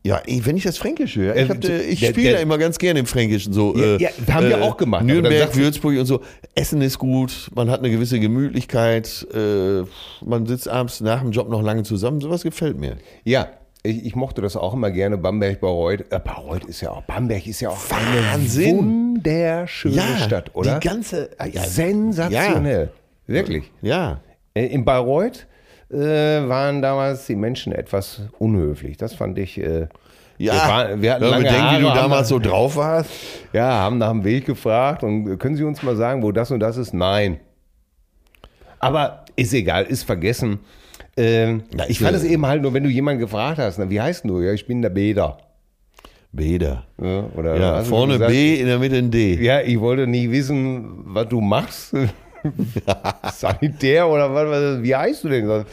Ja, ey, wenn ich das Fränkisch höre, ich, Äh, hab, äh, ich der- spiele der- ja immer ganz gerne im Fränkischen so. äh, Ja, ja, haben wir äh, auch gemacht, aber dann Nürnberg, sagst du- Würzburg und so. Essen ist gut, man hat eine gewisse Gemütlichkeit, äh, man sitzt abends nach dem Job noch lange zusammen, sowas gefällt mir. Ja, ich, ich mochte das auch immer gerne. Bamberg, Bayreuth. Äh, Bayreuth ist ja auch, Bamberg ist ja auch Wahnsinn. eine wunderschöne Stadt, oder? Die ganze, ah, ja, Sensationell. Wirklich. ja. Äh, In Bayreuth äh, waren damals die Menschen etwas unhöflich. Das fand ich. Äh, wir, Ja, waren, wir hatten wenn man lange bedenkt, Haare, wie du haben damals nach, so drauf warst. ja, haben nach dem Weg gefragt und äh, können Sie uns mal sagen, wo das und das ist? Nein. Aber ist egal, ist vergessen. Ähm, Na, ich ist, fand äh, es eben halt nur, wenn du jemanden gefragt hast, na, wie heißt denn du? Ja, ich bin der Bäder. Beda. Ja, oder Ja, hast du vorne gesagt, B, in der Mitte ein D. Ja, ich wollte nicht wissen, was du machst. Sanitär oder was, was, wie heißt du denn?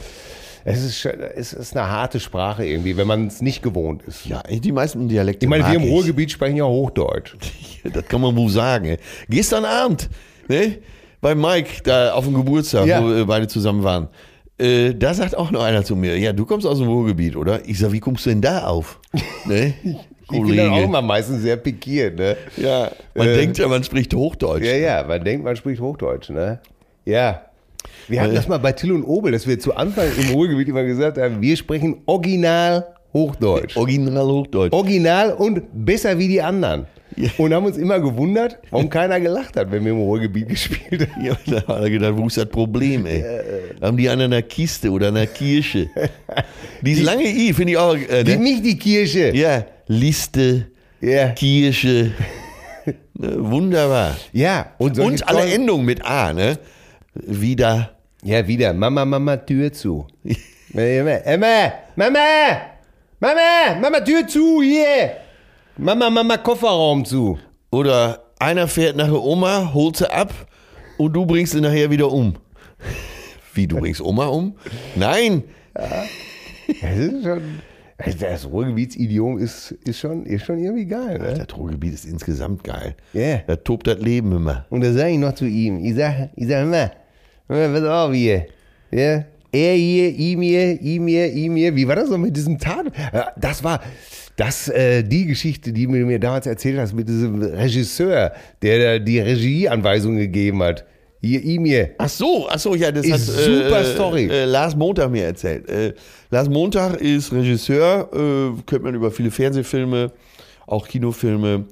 Es ist, schon- es ist eine harte Sprache irgendwie, wenn man es nicht gewohnt ist. Ja, die meisten Dialekte. Ich meine, mag wir im Ruhrgebiet sprechen ja Hochdeutsch. Das kann man wohl sagen. Ey. Gestern Abend, ne, bei Mike, da auf dem Geburtstag, Ja. wo wir beide zusammen waren, äh, da sagt auch noch einer zu mir, ja, du kommst aus dem Ruhrgebiet, oder? Ich sag, wie kommst du denn da auf? Ne? Ich bin dann auch immer meistens sehr pikiert. Ne? ja, man äh, denkt ja, man spricht Hochdeutsch. Ja, ja, man denkt, man spricht Hochdeutsch. Ne? Ja. Wir Äh. hatten das mal bei Till und Obel, dass wir zu Anfang im Ruhrgebiet immer gesagt haben, wir sprechen original Hochdeutsch. Original Hochdeutsch. Oh. Original und besser wie die anderen. Ja. Und haben uns immer gewundert, warum keiner gelacht hat, wenn wir im Ruhrgebiet gespielt haben. Ja, da hat er gedacht, wo ist das Problem, ey? äh. Haben die an einer Kiste oder einer Kirche? Dieses lange I finde ich auch. Äh, Die, ne? nicht die Kirche. Ja, Liste, Ja. Kirche, Ne, wunderbar. Ja, und, solche Und alle tollen- Endungen mit A, ne? Wieder. Ja, wieder. Mama, Mama, Tür zu. Mama, Mama, Mama, Mama, Mama, Tür zu, hier. Mama, Mama, Kofferraum zu. Oder einer fährt nach der Oma, holt sie ab und du bringst sie nachher wieder um. Wie, du bringst Oma um? Nein, Das ist schon, also das Ruhrgebiets-Idiom ist, ist, schon, ist schon irgendwie geil. Ne? das Ruhrgebiet ist insgesamt geil. Ja. Da tobt das Leben immer. Und da sage ich noch zu ihm, ich sage, ich sag, immer, pass auf hier. Ja? Er hier, ihm hier, ihm hier, ihm hier. Wie war das noch mit diesem Tat? Ja, Das war das, äh, die Geschichte, die du mir damals erzählt hast, mit diesem Regisseur, der da die Regieanweisung gegeben hat. Hier, ihm hier. Ach so, ach so, ja, das Ist hat super Story. Äh, Lars Montag mir erzählt. Äh, Lars Montag ist Regisseur, äh, kennt man über viele Fernsehfilme, auch Kinofilme,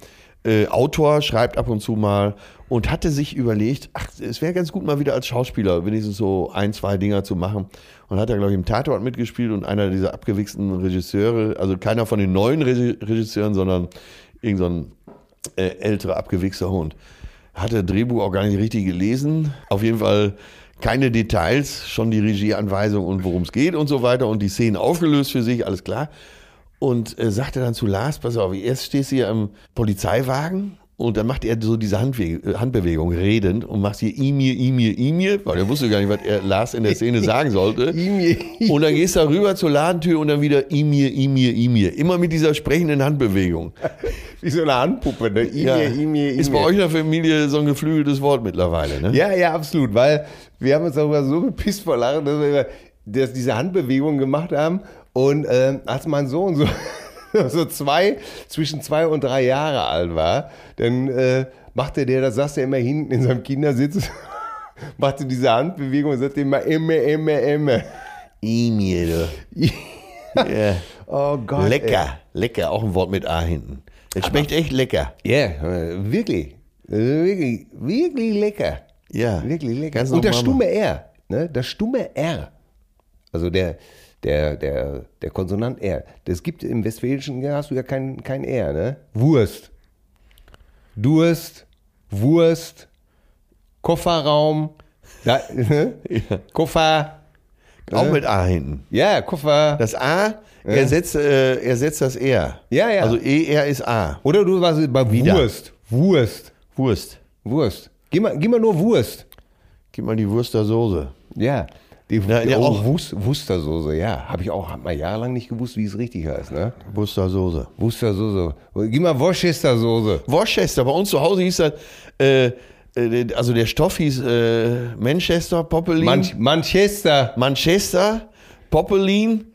äh, Autor, schreibt ab und zu mal und hatte sich überlegt, ach, es wäre ganz gut mal wieder als Schauspieler wenigstens so ein, zwei Dinger zu machen und hat da glaube ich im Tatort mitgespielt und einer dieser abgewichsten Regisseure, also keiner von den neuen Regi Regisseuren, sondern irgend so ein äh, älterer abgewichster Hund. Hatte Drehbuch auch gar nicht richtig gelesen. Auf jeden Fall keine Details, schon die Regieanweisung und worum es geht und so weiter und die Szenen aufgelöst für sich, alles klar. Und äh, sagte dann zu Lars, pass auf, erst stehst du hier im Polizeiwagen und dann macht er so diese Handwe äh, Handbewegung redend und macht hier Imir, Imir, Imir, weil er wusste gar nicht, was er Lars in der Szene sagen sollte. Ihm hier. Und dann gehst du da rüber zur Ladentür und dann wieder Imir, Imir, Imir. Immer mit dieser sprechenden Handbewegung. Wie so eine Handpuppe, ne? Ihm Ja. hier, ihm hier, ihm Ist bei hier. euch in der Familie so ein geflügeltes Wort mittlerweile, ne? Ja, ja, absolut, weil wir haben uns darüber so bepisst vor Lachen, dass wir über- dass diese Handbewegungen gemacht haben. Und ähm, als mein Sohn so, so zwei, zwischen zwei und drei Jahre alt war, dann äh, machte der, das saß er immer hinten in seinem Kindersitz, machte diese Handbewegung und sagte immer Emme, Emme, Emme. Imir. du. Ja. äh, Oh Gott. Lecker, lecker, auch ein Wort mit A hinten. Es schmeckt echt lecker. Ja, äh, wirklich. Äh, Wirklich, wirklich lecker. Ja. Wirklich lecker. Ah, Ganz Und das normal. stumme R, ne? Das stumme R. Also der, der, der, der Konsonant R. Das gibt im Westfälischen hast du ja kein, kein R, ne? Wurst. Durst, Wurst, Kofferraum, da, ne? Koffer, Auch mit A hinten. ja, Koffer. ne? Das A ersetzt, äh, ersetzt das R. Ja, ja. Also ER ist A. Oder du warst bei Wieder. Wurst. Wurst. Wurst. Wurst. Gib mal, gib mal nur Wurst. Gib mal die Wurst der Soße. Ja. Die, Ja, ja, oh, auch. Wus- Wustersoße, ja. Habe ich auch, hab mal jahrelang nicht gewusst, wie es richtig heißt, ne? Wurst der Soße. Wustersoße. Gib mal Worcestersoße. Worcester, bei uns zu Hause hieß das, äh, äh, also der Stoff hieß äh, Manchester, Poppelin. Manch, Manchester. Manchester, Poppelin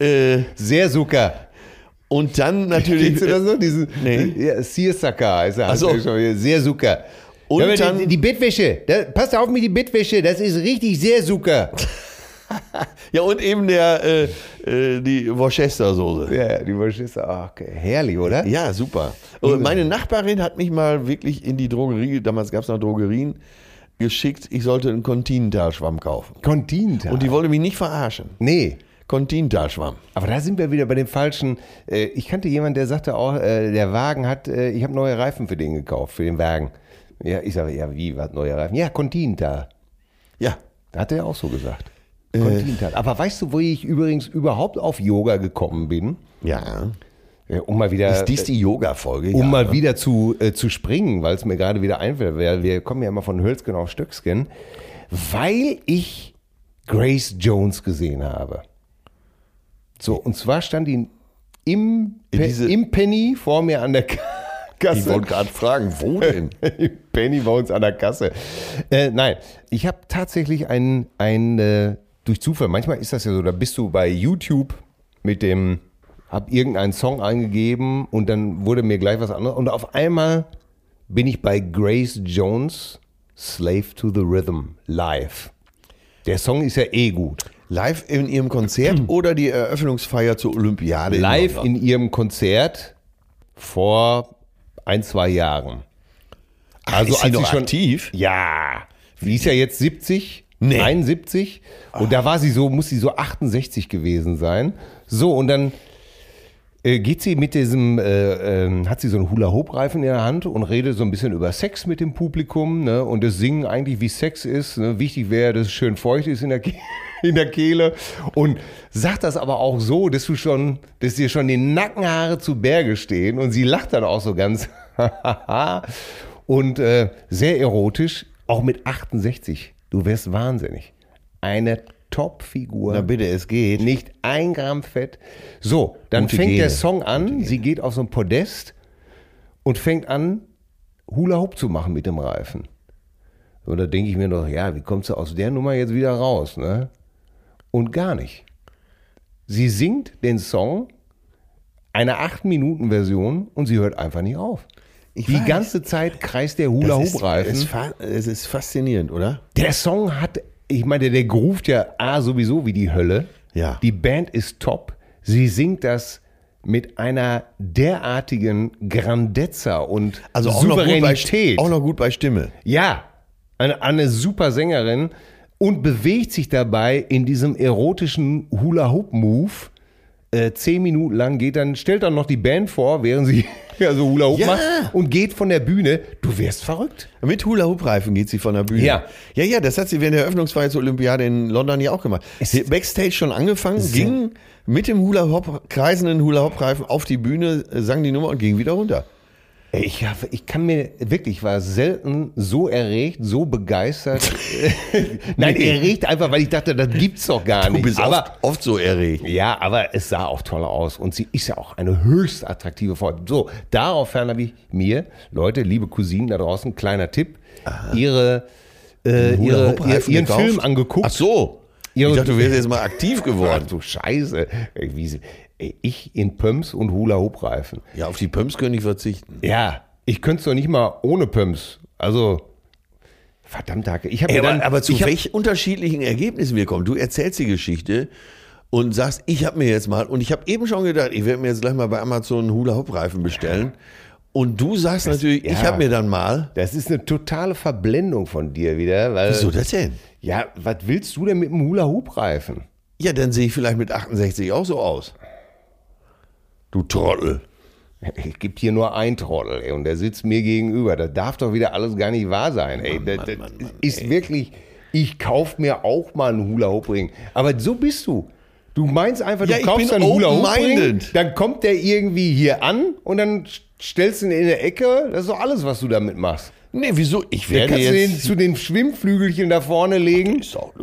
äh, Seersucker. und dann natürlich. Kennst du das noch? Diesen, nee. ja, Seersucker heißt er. Ach so. Seersucker. Und aber dann- die, die Bettwäsche. Da, passt auf mit die Bettwäsche. Das ist richtig Seersucker. Ja, und eben der, äh, äh, die Worcester-Soße. ja, die Worcester. Ah, okay. herrlich, oder? Ja, super. Und meine Nachbarin hat mich mal wirklich in die Drogerie, damals gab es noch Drogerien, geschickt, ich sollte einen Continental-Schwamm kaufen. Continental. Und die wollte mich nicht verarschen. nee. Continental-Schwamm. Aber da sind wir wieder bei dem falschen. Äh, ich kannte jemanden, der sagte auch, äh, der Wagen hat, äh, ich habe neue Reifen für den gekauft, für den Wagen. Ja, ich sage, ja, wie, was, neue Reifen? Ja, Continental. Ja. Hat er auch so gesagt. Äh. Continental. Aber weißt du, wo ich übrigens überhaupt auf Yoga gekommen bin? Ja. Äh, um mal wieder. Ist dies die Yoga-Folge? um ja, mal ne? wieder zu, äh, zu springen, weil es mir gerade wieder einfällt. Wir, wir kommen ja immer von Hölzgen auf Stöcksken, weil ich Grace Jones gesehen habe. So, und zwar stand die im, Pe Diese- im Penny vor mir an der Ka- Ich Kasse. wollte gerade fragen, wo denn? Im Penny bei uns an der Kasse. Äh, nein, ich habe tatsächlich ein, ein äh, durch Zufall, manchmal ist das ja so, da bist du bei YouTube mit dem, hab irgendeinen Song eingegeben und dann wurde mir gleich was anderes und auf einmal bin ich bei Grace Jones Slave to the Rhythm live. Der Song ist ja eh gut. Live in ihrem Konzert oder die Eröffnungsfeier zur Olympiade? in Live London? in ihrem Konzert vor ein, zwei Jahren. Ach, also ist als sie noch aktiv? Ja. Die ist ja jetzt 70, Nee. 71. Und da war sie so, muss sie so 68 gewesen sein. So, und dann Äh, geht sie mit diesem, äh, ähm, hat sie so einen Hula-Hoop-Reifen in der Hand und redet so ein bisschen über Sex mit dem Publikum ne? und das Singen eigentlich wie Sex ist. Ne? Wichtig wäre, dass es schön feucht ist in der, Ke in der Kehle und sagt das aber auch so, dass du schon, dass dir schon die Nackenhaare zu Berge stehen und sie lacht dann auch so ganz und äh, sehr erotisch, auch mit 68. Du wärst wahnsinnig. Eine Top-Figur. Na bitte, es geht. Nicht ein Gramm Fett. So, dann Gute fängt Gene. der Song an. Sie geht auf so ein Podest und fängt an, Hula Hoop zu machen mit dem Reifen. Und da denke ich mir noch, ja, wie kommst du aus der Nummer jetzt wieder raus? Ne? Und gar nicht. Sie singt den Song, eine 8-Minuten-Version, und sie hört einfach nicht auf. Ich Die weiß. ganze Zeit kreist der Hula Das ist- Hoop-Reifen. Es, fa- es ist faszinierend, oder? Der Song hat, ich meine, der groovt ja A sowieso wie die Hölle. Ja. Die Band ist top. Sie singt das mit einer derartigen Grandezza und Also auch noch, gut bei, Souveränität. auch noch gut bei Stimme. ja, eine, eine super Sängerin und bewegt sich dabei in diesem erotischen Hula-Hoop-Move. Äh, zehn Minuten lang geht dann, stellt dann noch die Band vor, während sie also Hula Hoop Ja. macht und geht von der Bühne. Du wärst verrückt. Mit Hula-Hoop-Reifen geht sie von der Bühne. Ja. ja, ja, das hat sie während der Eröffnungsfeier zur Olympiade in London ja auch gemacht. Sie hat Backstage schon angefangen, ging mit dem Hula-Hoop, kreisenden Hula-Hoop-Reifen auf die Bühne, äh, sang die Nummer und ging wieder runter. Ich, hab- ich kann mir wirklich, ich war selten so erregt, so begeistert. Nein, erregt einfach, weil ich dachte, das gibt's doch gar Du nicht. bist aber, oft, oft so erregt. ja, aber es sah auch toll aus und sie ist ja auch eine höchst attraktive Frau. So, daraufhin habe ich mir, Leute, liebe Cousinen da draußen, kleiner Tipp, ihre, äh, ihre, ihr, Hula-Hoop-Reifen ihren gekauft? Film angeguckt. Ach so. Ich Ihre- dachte, du wärst jetzt mal aktiv Ach geworden. du Scheiße. Ey, Wie, sie- ey, ich in Pumps und Hula-Hoop-Reifen. Ja, auf die Pumps können ich verzichten. Ja, ich könnte es doch nicht mal ohne Pumps. Also, verdammt, Hacke. Ich habe Ey, mir aber, dann. aber zu ich hab- welch unterschiedlichen Ergebnissen wir kommen. Du erzählst die Geschichte und sagst, ich habe mir jetzt mal, und ich habe eben schon gedacht, ich werde mir jetzt gleich mal bei Amazon einen Hula-Hoop-Reifen bestellen. Und du sagst natürlich, ich ja. habe mir dann mal. Das ist eine totale Verblendung von dir wieder. Weil, Wieso das denn? Ja, was willst du denn mit dem Hula-Hoop-Reifen? Ja, dann sehe ich vielleicht mit 68 auch so aus. Du Trottel. Es gibt hier nur einen Trottel, ey, und der sitzt mir gegenüber. Das darf doch wieder alles gar nicht wahr sein, ey. das das ist wirklich, ich kauf mir auch mal einen Hula-Hoop-Ring. Aber so bist du. Du meinst einfach, du Ja, ich kaufst bin einen Hula-Hoop-Ring, open-minded. dann kommt der irgendwie hier an und dann stellst du ihn in der Ecke. Das ist doch alles, was du damit machst. Nee, wieso? Ich Der werde kannst du den jetzt. zu den Schwimmflügelchen da vorne legen. Ist doch-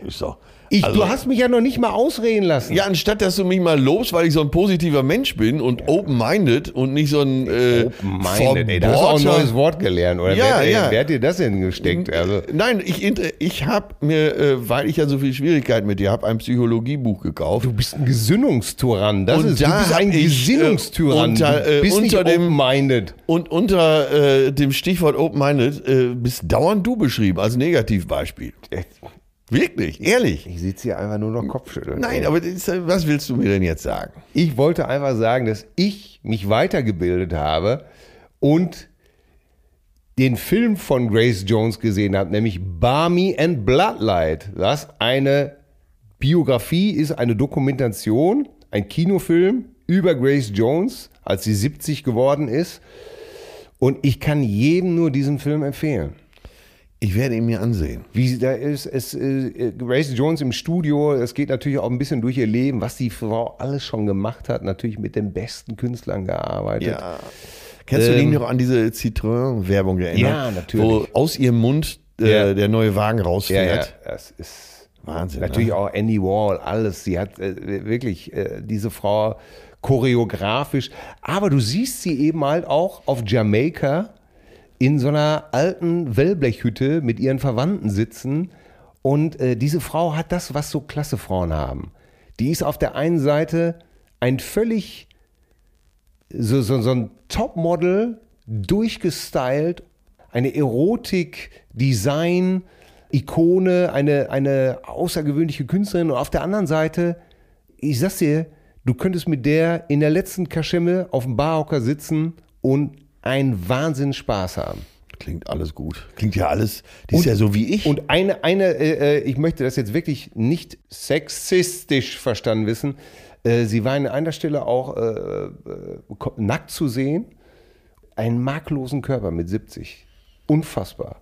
ist doch- Ich, Also- du hast mich ja noch nicht mal ausreden lassen. Ja, anstatt dass du mich mal lobst, weil ich so ein positiver Mensch bin und open-minded und nicht so ein äh, Open-minded, ey, da hast du auch ein verbohrter- neues Wort gelernt. Oder Ja, wer, hat dir- ja. wer hat dir das denn gesteckt? Also, Nein, ich, inter- ich habe mir, äh, weil ich ja so viel Schwierigkeiten mit dir habe, ein Psychologiebuch gekauft. du bist ein Gesinnungstyrann. Das Und ist, da du bist ein hab ich, äh, Gesinnungstyrann. unter, äh, du bist unter nicht dem- open-minded. Und unter äh, dem Stichwort Open-Minded äh, bist dauernd du beschrieben als Negativbeispiel. Wirklich, ehrlich. Ich sitze hier einfach nur noch Kopfschütteln. Nein, ey. aber das ist, äh, was willst du mir denn jetzt sagen? Ich wollte einfach sagen, dass ich mich weitergebildet habe und den Film von Grace Jones gesehen habe, nämlich Barmy and Bloodlight, was eine Biografie ist, eine Dokumentation, ein Kinofilm über Grace Jones, als sie 70 geworden ist. Und ich kann jedem nur diesen Film empfehlen. Ich werde ihn mir ansehen. Wie sie da ist, es, äh, Grace Jones im Studio, es geht natürlich auch ein bisschen durch ihr Leben, was die Frau alles schon gemacht hat, natürlich mit den besten Künstlern gearbeitet. Ja. Kennst du Ähm, dich noch an diese Citroën-Werbung erinnern? Ja, natürlich. Wo aus ihrem Mund äh, Ja. der neue Wagen ja, ja, rausfährt. das ist Wahnsinn, Natürlich ne? auch Andy Wall, alles. Sie hat äh, wirklich äh, diese Frau choreografisch, aber du siehst sie eben halt auch auf Jamaika in so einer alten Wellblechhütte mit ihren Verwandten sitzen. Und äh, diese Frau hat das, was so klasse Frauen haben. Die ist auf der einen Seite ein völlig so, so, so ein Topmodel, durchgestylt, eine Erotik, Design, Ikone, eine, eine außergewöhnliche Künstlerin. Und auf der anderen Seite, ich sag's dir, du könntest mit der in der letzten Kaschemme auf dem Barhocker sitzen und einen Wahnsinn Spaß haben. Klingt alles gut. Klingt ja alles. Die ist Und- ja so wie ich. Und eine, eine äh, äh, ich möchte das jetzt wirklich nicht sexistisch verstanden wissen, Äh, sie war an einer Stelle auch äh, äh, ko- nackt zu sehen. Einen makellosen Körper mit 70. Unfassbar.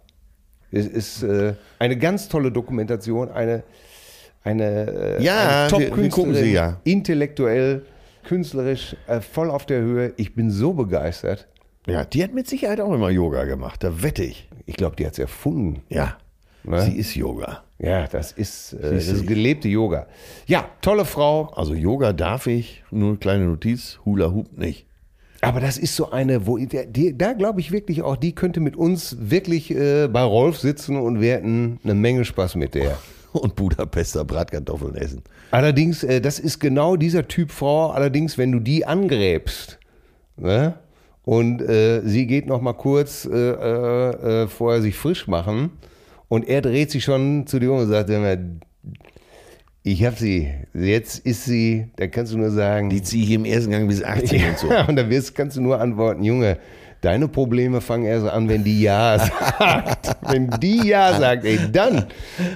Es ist äh, eine ganz tolle Dokumentation, eine, eine, äh, Ja, eine wir- wir gucken sie, ja. intellektuell, künstlerisch, äh, voll auf der Höhe. Ich bin so begeistert. Ja, die hat mit Sicherheit auch immer Yoga gemacht, da wette ich. Ich glaube, die hat es erfunden. Ja, Ne? sie ist Yoga. Ja, das ist, äh, das du. ist gelebte Yoga. Ja, tolle Frau. Also Yoga darf ich, nur eine kleine Notiz, Hula Hoop nicht. Aber das ist so eine, wo der- die, da glaube ich wirklich auch, die könnte mit uns wirklich äh, bei Rolf sitzen und wir hätten eine Menge Spaß mit der. Und Budapester Bratkartoffeln essen. Allerdings, äh, das ist genau dieser Typ Frau. Allerdings, wenn du die angräbst ne? und äh, sie geht noch mal kurz äh, äh, äh, vorher sich frisch machen und er dreht sich schon zu dir um und sagt immer, ich hab sie, jetzt ist sie, dann kannst du nur sagen, Die ziehe ich im ersten Gang bis 18 und so. Ja, und dann wirst, kannst du nur antworten, Junge, deine Probleme fangen erst an, wenn die Ja sagt. wenn die Ja sagt, ey, dann, Ah.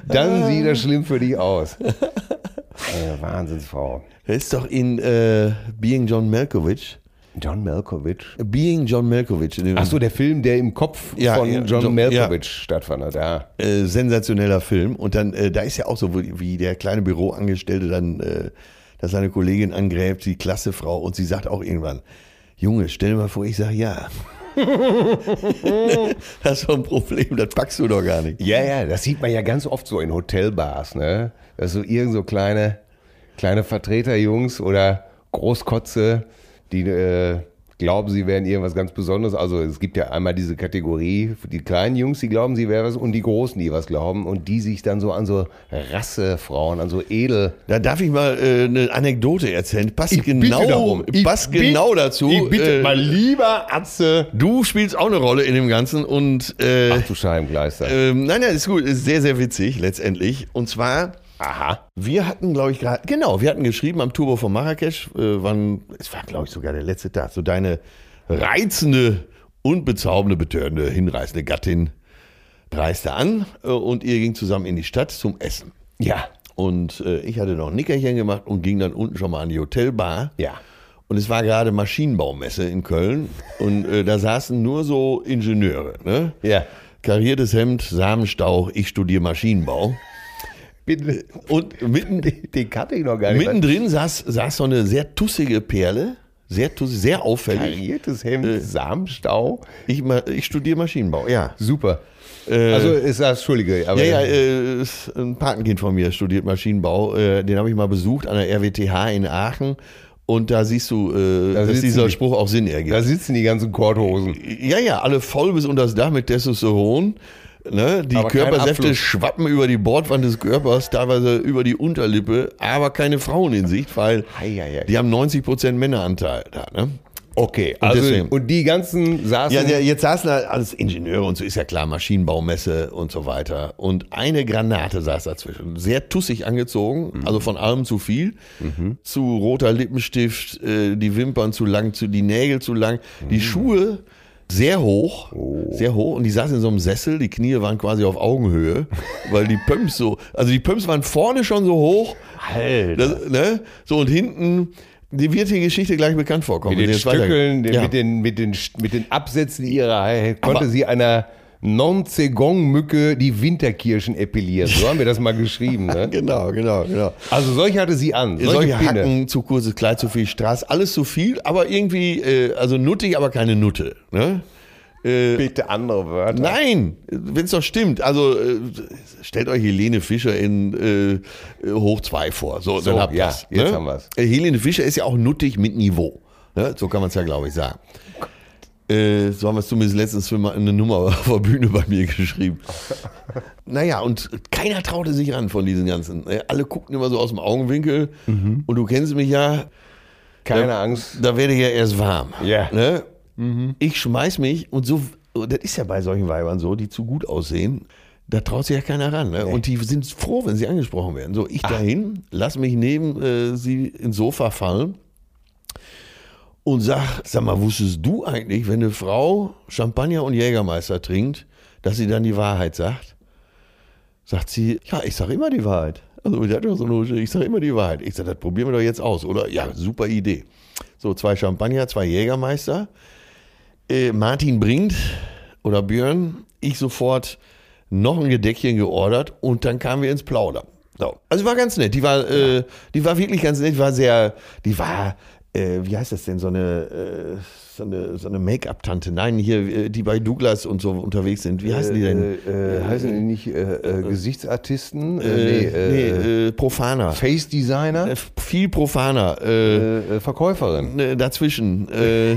dann sieht das schlimm für dich aus. Äh, Eine Wahnsinnsfrau. Das ist doch in äh, Being John Malkovich. John Malkovich. Being John Malkovich. In dem, Ach so, der Film, der im Kopf Ja, von ja, John John- Malkovich stattfand, hat, ja. äh, sensationeller Film. Und dann, äh, da ist ja auch so, wie wie der kleine Büroangestellte dann, äh, dass seine Kollegin angräbt, die klasse Frau, und sie sagt auch irgendwann, Junge, stell dir mal vor, ich sag ja. das ist doch ein Problem, das packst du doch gar nicht. Ja, ja, das sieht man ja ganz oft so in Hotelbars, ne? Dass so irgend so kleine, kleine Vertreterjungs oder Großkotze, die äh, glauben, sie wären irgendwas ganz Besonderes. Also es gibt ja einmal diese Kategorie, die kleinen Jungs, die glauben, sie wären was und die Großen, die was glauben und die sich dann so an so Rassefrauen, an so edel. Da darf ich mal äh, eine Anekdote erzählen. Passt bitte genau, darum. Ich passt bitte- genau dazu. Ich bitte, mein lieber Atze. Du spielst auch eine Rolle in dem Ganzen und äh, Ach du Scheibengleister. ähm, nein, nein, ist gut, ist sehr, sehr witzig letztendlich. Und zwar, Aha. wir hatten, glaube ich, gerade, genau, wir hatten geschrieben am Turbo von Marrakesch, äh, wann, es war, glaube ich, sogar der letzte Tag, so deine reizende, unbezaubernde, betörende, hinreißende Gattin reiste an äh, und ihr ging zusammen in die Stadt zum Essen. Ja, Und äh, ich hatte noch ein Nickerchen gemacht und ging dann unten schon mal an die Hotelbar. ja. Und es war gerade Maschinenbaumesse in Köln. Und äh, da saßen nur so Ingenieure. Ne? Ja. Kariertes Hemd, Samenstauch, ich studiere Maschinenbau. Bitte. Und mitten, Den kannte ich noch gar nicht. mittendrin saß, saß so eine sehr tussige Perle. Sehr tussig, sehr auffällig. Kariertes Hemd, Äh. Samenstau. Ich, ma- ich studiere Maschinenbau, ja. Super. also ist das, Entschuldige, aber Äh. Ja, ja, äh, ist ein Patenkind von mir studiert Maschinenbau. Äh, den habe ich mal besucht an der RWTH in Aachen. Und da siehst du, äh, dass sitzen dieser die. Spruch auch Sinn ergibt. da sitzen die ganzen Korthosen. ja, ja, alle voll bis unter das Dach mit Testosteron. Ne? Die Aber kein Körpersäfte Abfluss. schwappen über die Bordwand des Körpers, teilweise über die Unterlippe, aber keine Frauen in Sicht, weil Ei, ei, ei. die haben 90% Männeranteil da. Ne? Okay, also- also und, die ganzen saßen. Ja, ja, jetzt saßen da alles Ingenieure und so ist ja klar, Maschinenbaumesse und so weiter. Und eine Granate saß dazwischen. Sehr tussig angezogen, Mhm. also von allem zu viel. Zu roter Lippenstift, äh, die Wimpern zu lang, zu, die Nägel zu lang, Mhm. die Schuhe sehr hoch, Oh. sehr hoch. Und die saß in so einem Sessel, die Knie waren quasi auf Augenhöhe, weil die Pumps so, also die Pumps waren vorne schon so hoch. Alter. Das, ne? So und hinten. Die wird die Geschichte gleich bekannt vorkommen. mit den wenn sie jetzt Stückeln, weitergeht. Ja. mit, den, mit, den, mit den Absätzen ihrer Ei- konnte sie einer Non-Zegong-Mücke die Winterkirschen epilieren. So haben wir das mal geschrieben. Ne? Genau, genau, genau. Also solche hatte sie an. Solche, Pinne. Hacken, zu kurzes Kleid, zu viel Straß, alles zu viel, aber irgendwie, äh, also nuttig, aber keine Nutte. Ne? Bitte andere Wörter. Nein, wenn es doch stimmt. Also äh, stellt euch Helene Fischer in äh, Hoch 2 vor. So, So, dann habt ja, ihr's, jetzt ne? haben wir's. Äh, Helene Fischer ist ja auch nuttig mit Niveau. Ne? So kann man es ja, glaube ich, sagen. Äh, so haben wir es zumindest letztens für mal eine Nummer auf der Bühne bei mir geschrieben. Naja, und keiner traute sich ran von diesen ganzen. ne? Alle guckten immer so aus dem Augenwinkel. Mhm. Und du kennst mich ja, Keine Ja. Angst. da werde ich ja erst warm. Ja. Ne? Ich schmeiß mich und so, und das ist ja bei solchen Weibern so, die zu gut aussehen, da traut sich ja keiner ran. Ne? Und die sind froh, wenn sie angesprochen werden. So, ich dahin, lass mich neben äh, sie ins Sofa fallen und sag, sag mal, wusstest du eigentlich, wenn eine Frau Champagner und Jägermeister trinkt, dass sie dann die Wahrheit sagt? Sagt sie, ja, ich sag immer die Wahrheit. Also die hat doch so eine Husche. Ich sage immer die Wahrheit. Ich sage, das probieren wir doch jetzt aus, oder? Ja, super Idee. So, zwei Champagner, zwei Jägermeister. Äh, Martin bringt oder Björn, ich sofort noch ein Gedeckchen geordert und dann kamen wir ins Plaudern. So. Also war ganz nett. Die war, äh, die war wirklich ganz nett. Die war sehr, die war, äh, wie heißt das denn, so eine, äh, so eine, so eine Make-up-Tante. Nein, hier, äh, die bei Douglas und so unterwegs sind. Wie heißen die denn? Äh, äh, heißen die nicht äh, äh, Gesichtsartisten? Äh, nee, äh, nee, äh, Profaner. Face Designer? Äh, Viel profaner. Äh, Äh, äh, Verkäuferin? ne, dazwischen. Äh,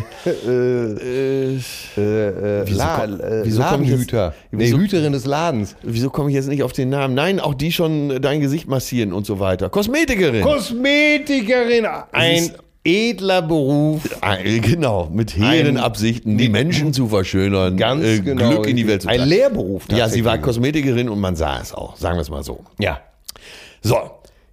äh, Äh, äh, Wieso La komm- äh, wieso komm ich jetzt- Ladenhüter. nee, wieso- Hüterin des Ladens. wieso komme ich jetzt nicht auf den Namen? Nein, auch die schon dein Gesicht massieren und so weiter. Kosmetikerin. Kosmetikerin, ein ist- edler Beruf. Ein- Genau, mit hehren Ein- Absichten, die Menschen zu verschönern, Ganz äh, genau. Glück in die Welt zu Ein tragen. Lehrberuf. Ja, sie war tatsächlich. Kosmetikerin und man sah es auch, sagen wir es mal so. Ja. So,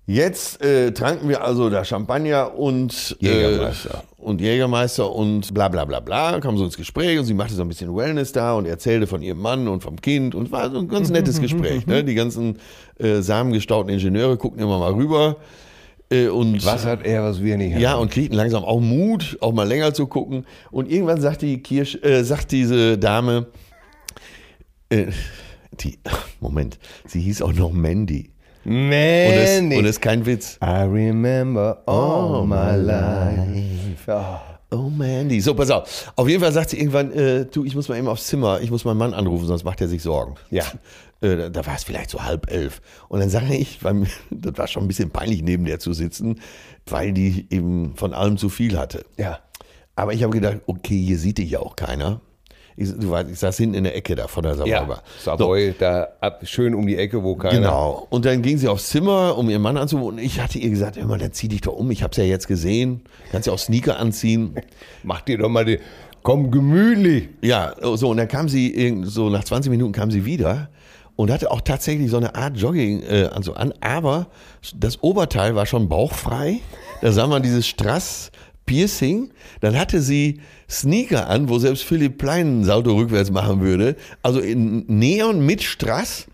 jetzt äh, tranken wir also da Champagner und Jägermeister. Äh, und Jägermeister und bla bla bla bla, kam so ins Gespräch und sie machte so ein bisschen Wellness da und erzählte von ihrem Mann und vom Kind und war so ein ganz nettes Gespräch. Ne? Die ganzen äh, samengestauten Ingenieure guckten immer mal rüber. äh, Und Was hat er, was wir nicht haben? ja, und kriegten langsam auch Mut, auch mal länger zu gucken. Und irgendwann sagt die Kirsch, äh, sagt diese Dame, äh, die, Moment, sie hieß auch noch Mandy. Und es, Manny. und es ist kein Witz. I remember all Oh, my life. Ah. Oh Mandy. So, pass auf. Auf jeden Fall sagt sie irgendwann, äh, du, ich muss mal eben aufs Zimmer, ich muss meinen Mann anrufen, sonst macht er sich Sorgen. Ja. Äh, da- da war es vielleicht so halb elf. Und dann sage ich, weil, mir- das war schon ein bisschen peinlich, neben der zu sitzen, weil die eben von allem zu viel hatte. Ja. Aber ich habe gedacht, okay, hier sieht dich ja auch keiner. Ich, du weißt, ich saß hinten in der Ecke da von der Savoy. Savoy, da ab, schön um die Ecke, wo keiner. Genau. Und dann ging sie aufs Zimmer, um ihren Mann anzurufen. Und ich hatte ihr gesagt, hör mal, dann zieh dich doch um. Ich habe es ja jetzt gesehen. Kannst ja auch Sneaker anziehen. Mach dir doch mal den. Komm gemütlich. Ja, so. Und dann kam sie, irgend- so nach 20 Minuten kam sie wieder und hatte auch tatsächlich so eine Art Jogging äh, an, so an. Aber das Oberteil war schon bauchfrei. Da sah man dieses Strass. Piercing, dann hatte sie Sneaker an, wo selbst Philipp Plein einen Salto rückwärts machen würde. Also in Neon mit Strass.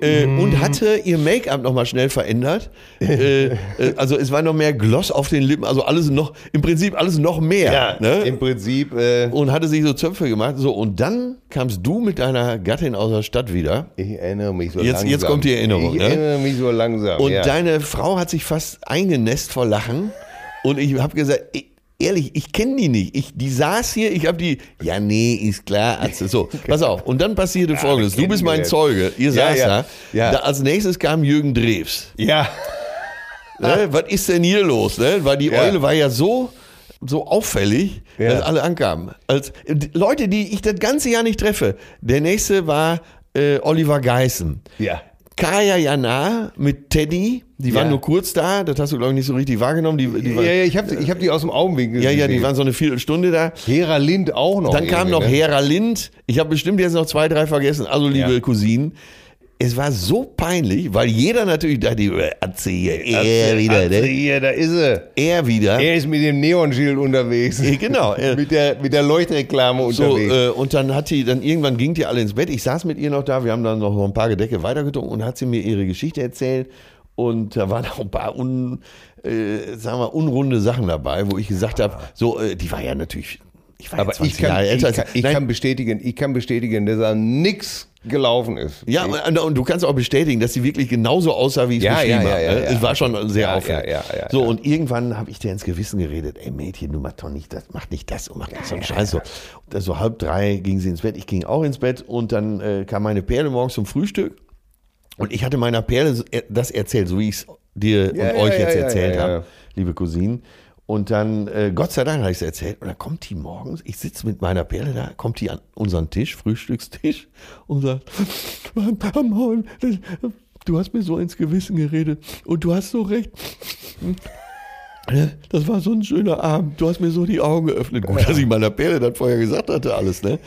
Äh, und hatte ihr Make-up nochmal schnell verändert. äh, äh, also es war noch mehr Gloss auf den Lippen, also alles noch, im Prinzip alles noch mehr. ne? Im Prinzip. Äh, und hatte sich so Zöpfe gemacht. So, und dann kamst du mit deiner Gattin aus der Stadt wieder. ich erinnere mich so Jetzt- langsam. jetzt kommt die Erinnerung, Ich ne? erinnere mich so langsam. Und Oh, ja. deine Frau hat sich fast eingenässt vor Lachen. Und ich habe gesagt, ich, ehrlich, ich kenne die nicht. Ich, die saß hier, ich habe die, ja, nee, ist klar, Atze. So, pass auf. Und dann passierte Folgendes. Du bist mein kennengelernt. Zeuge. Ihr Ja, saß ja, da. ja. da. Als nächstes kam Jürgen Drews. Ja. Ne? Was ist denn hier los? Ne? Weil die Ah. Ja. Eule war ja so, so auffällig, Ja. dass alle ankamen. Als, die Leute, die ich das ganze Jahr nicht treffe. Der nächste war äh, Oliver Geißen. Ja. Kaya Jana mit Teddy, die waren Ja. nur kurz da, das hast du, glaube ich, nicht so richtig wahrgenommen. Die, die Ja, waren, ja, ja, ich habe ich hab die aus dem Augenwinkel ja, gesehen. die waren so eine Viertelstunde da. Hera Lind auch noch. Dann kam irgendwie, noch ne? Hera Lind. Ich habe bestimmt jetzt noch zwei, drei vergessen. Also, liebe Ja. Cousinen, es war so peinlich, weil jeder natürlich dachte, äh, Atze hier, er wieder, Atze, ne? hier, da ist sie. er wieder. Er ist mit dem Neonschild unterwegs. Ja, genau. Äh, mit, der, mit der Leuchtreklame So, unterwegs. äh, und dann hat die, dann irgendwann ging die alle ins Bett. Ich saß mit ihr noch da, wir haben dann noch so ein paar Gedecke weitergetrunken und hat sie mir ihre Geschichte erzählt. Und da waren auch ein paar un, äh, sagen wir, unrunde Sachen dabei, wo ich gesagt habe, so, äh, die war ja natürlich, ich war aber ja ich 20 kann, Jahre ich, älter. kann, ich Nein, kann bestätigen, ich kann bestätigen, dass da nichts gelaufen ist. ja, ich, und, und du kannst auch bestätigen, dass sie wirklich genauso aussah, wie ich es Ja, beschrieben ja, ja, habe. ja, ne? ja. Es war schon sehr Ja, auffällig. ja, ja, ja, so, ja. und irgendwann habe ich dir ins Gewissen geredet, ey Mädchen, du machst doch nicht das, mach nicht das und mach nicht so einen Scheiß. So. Und dann so halb drei ging sie ins Bett, ich ging auch ins Bett und dann äh, kam meine Perle morgens zum Frühstück und ich hatte meiner Perle so- er- das erzählt, so wie ich es dir Ja, und ja, euch ja, jetzt ja, erzählt ja, ja. habe, liebe Cousinen. Und dann, äh, Gott sei Dank habe ich es erzählt. Und dann kommt die morgens, ich sitze mit meiner Perle da, kommt die an unseren Tisch, Frühstückstisch, und sagt, am Horn, du hast mir so ins Gewissen geredet und du hast so recht. Ne? Das war so ein schöner Abend. Du hast mir so die Augen geöffnet. Gut, dass ich meiner Perle dann vorher gesagt hatte, alles, ne?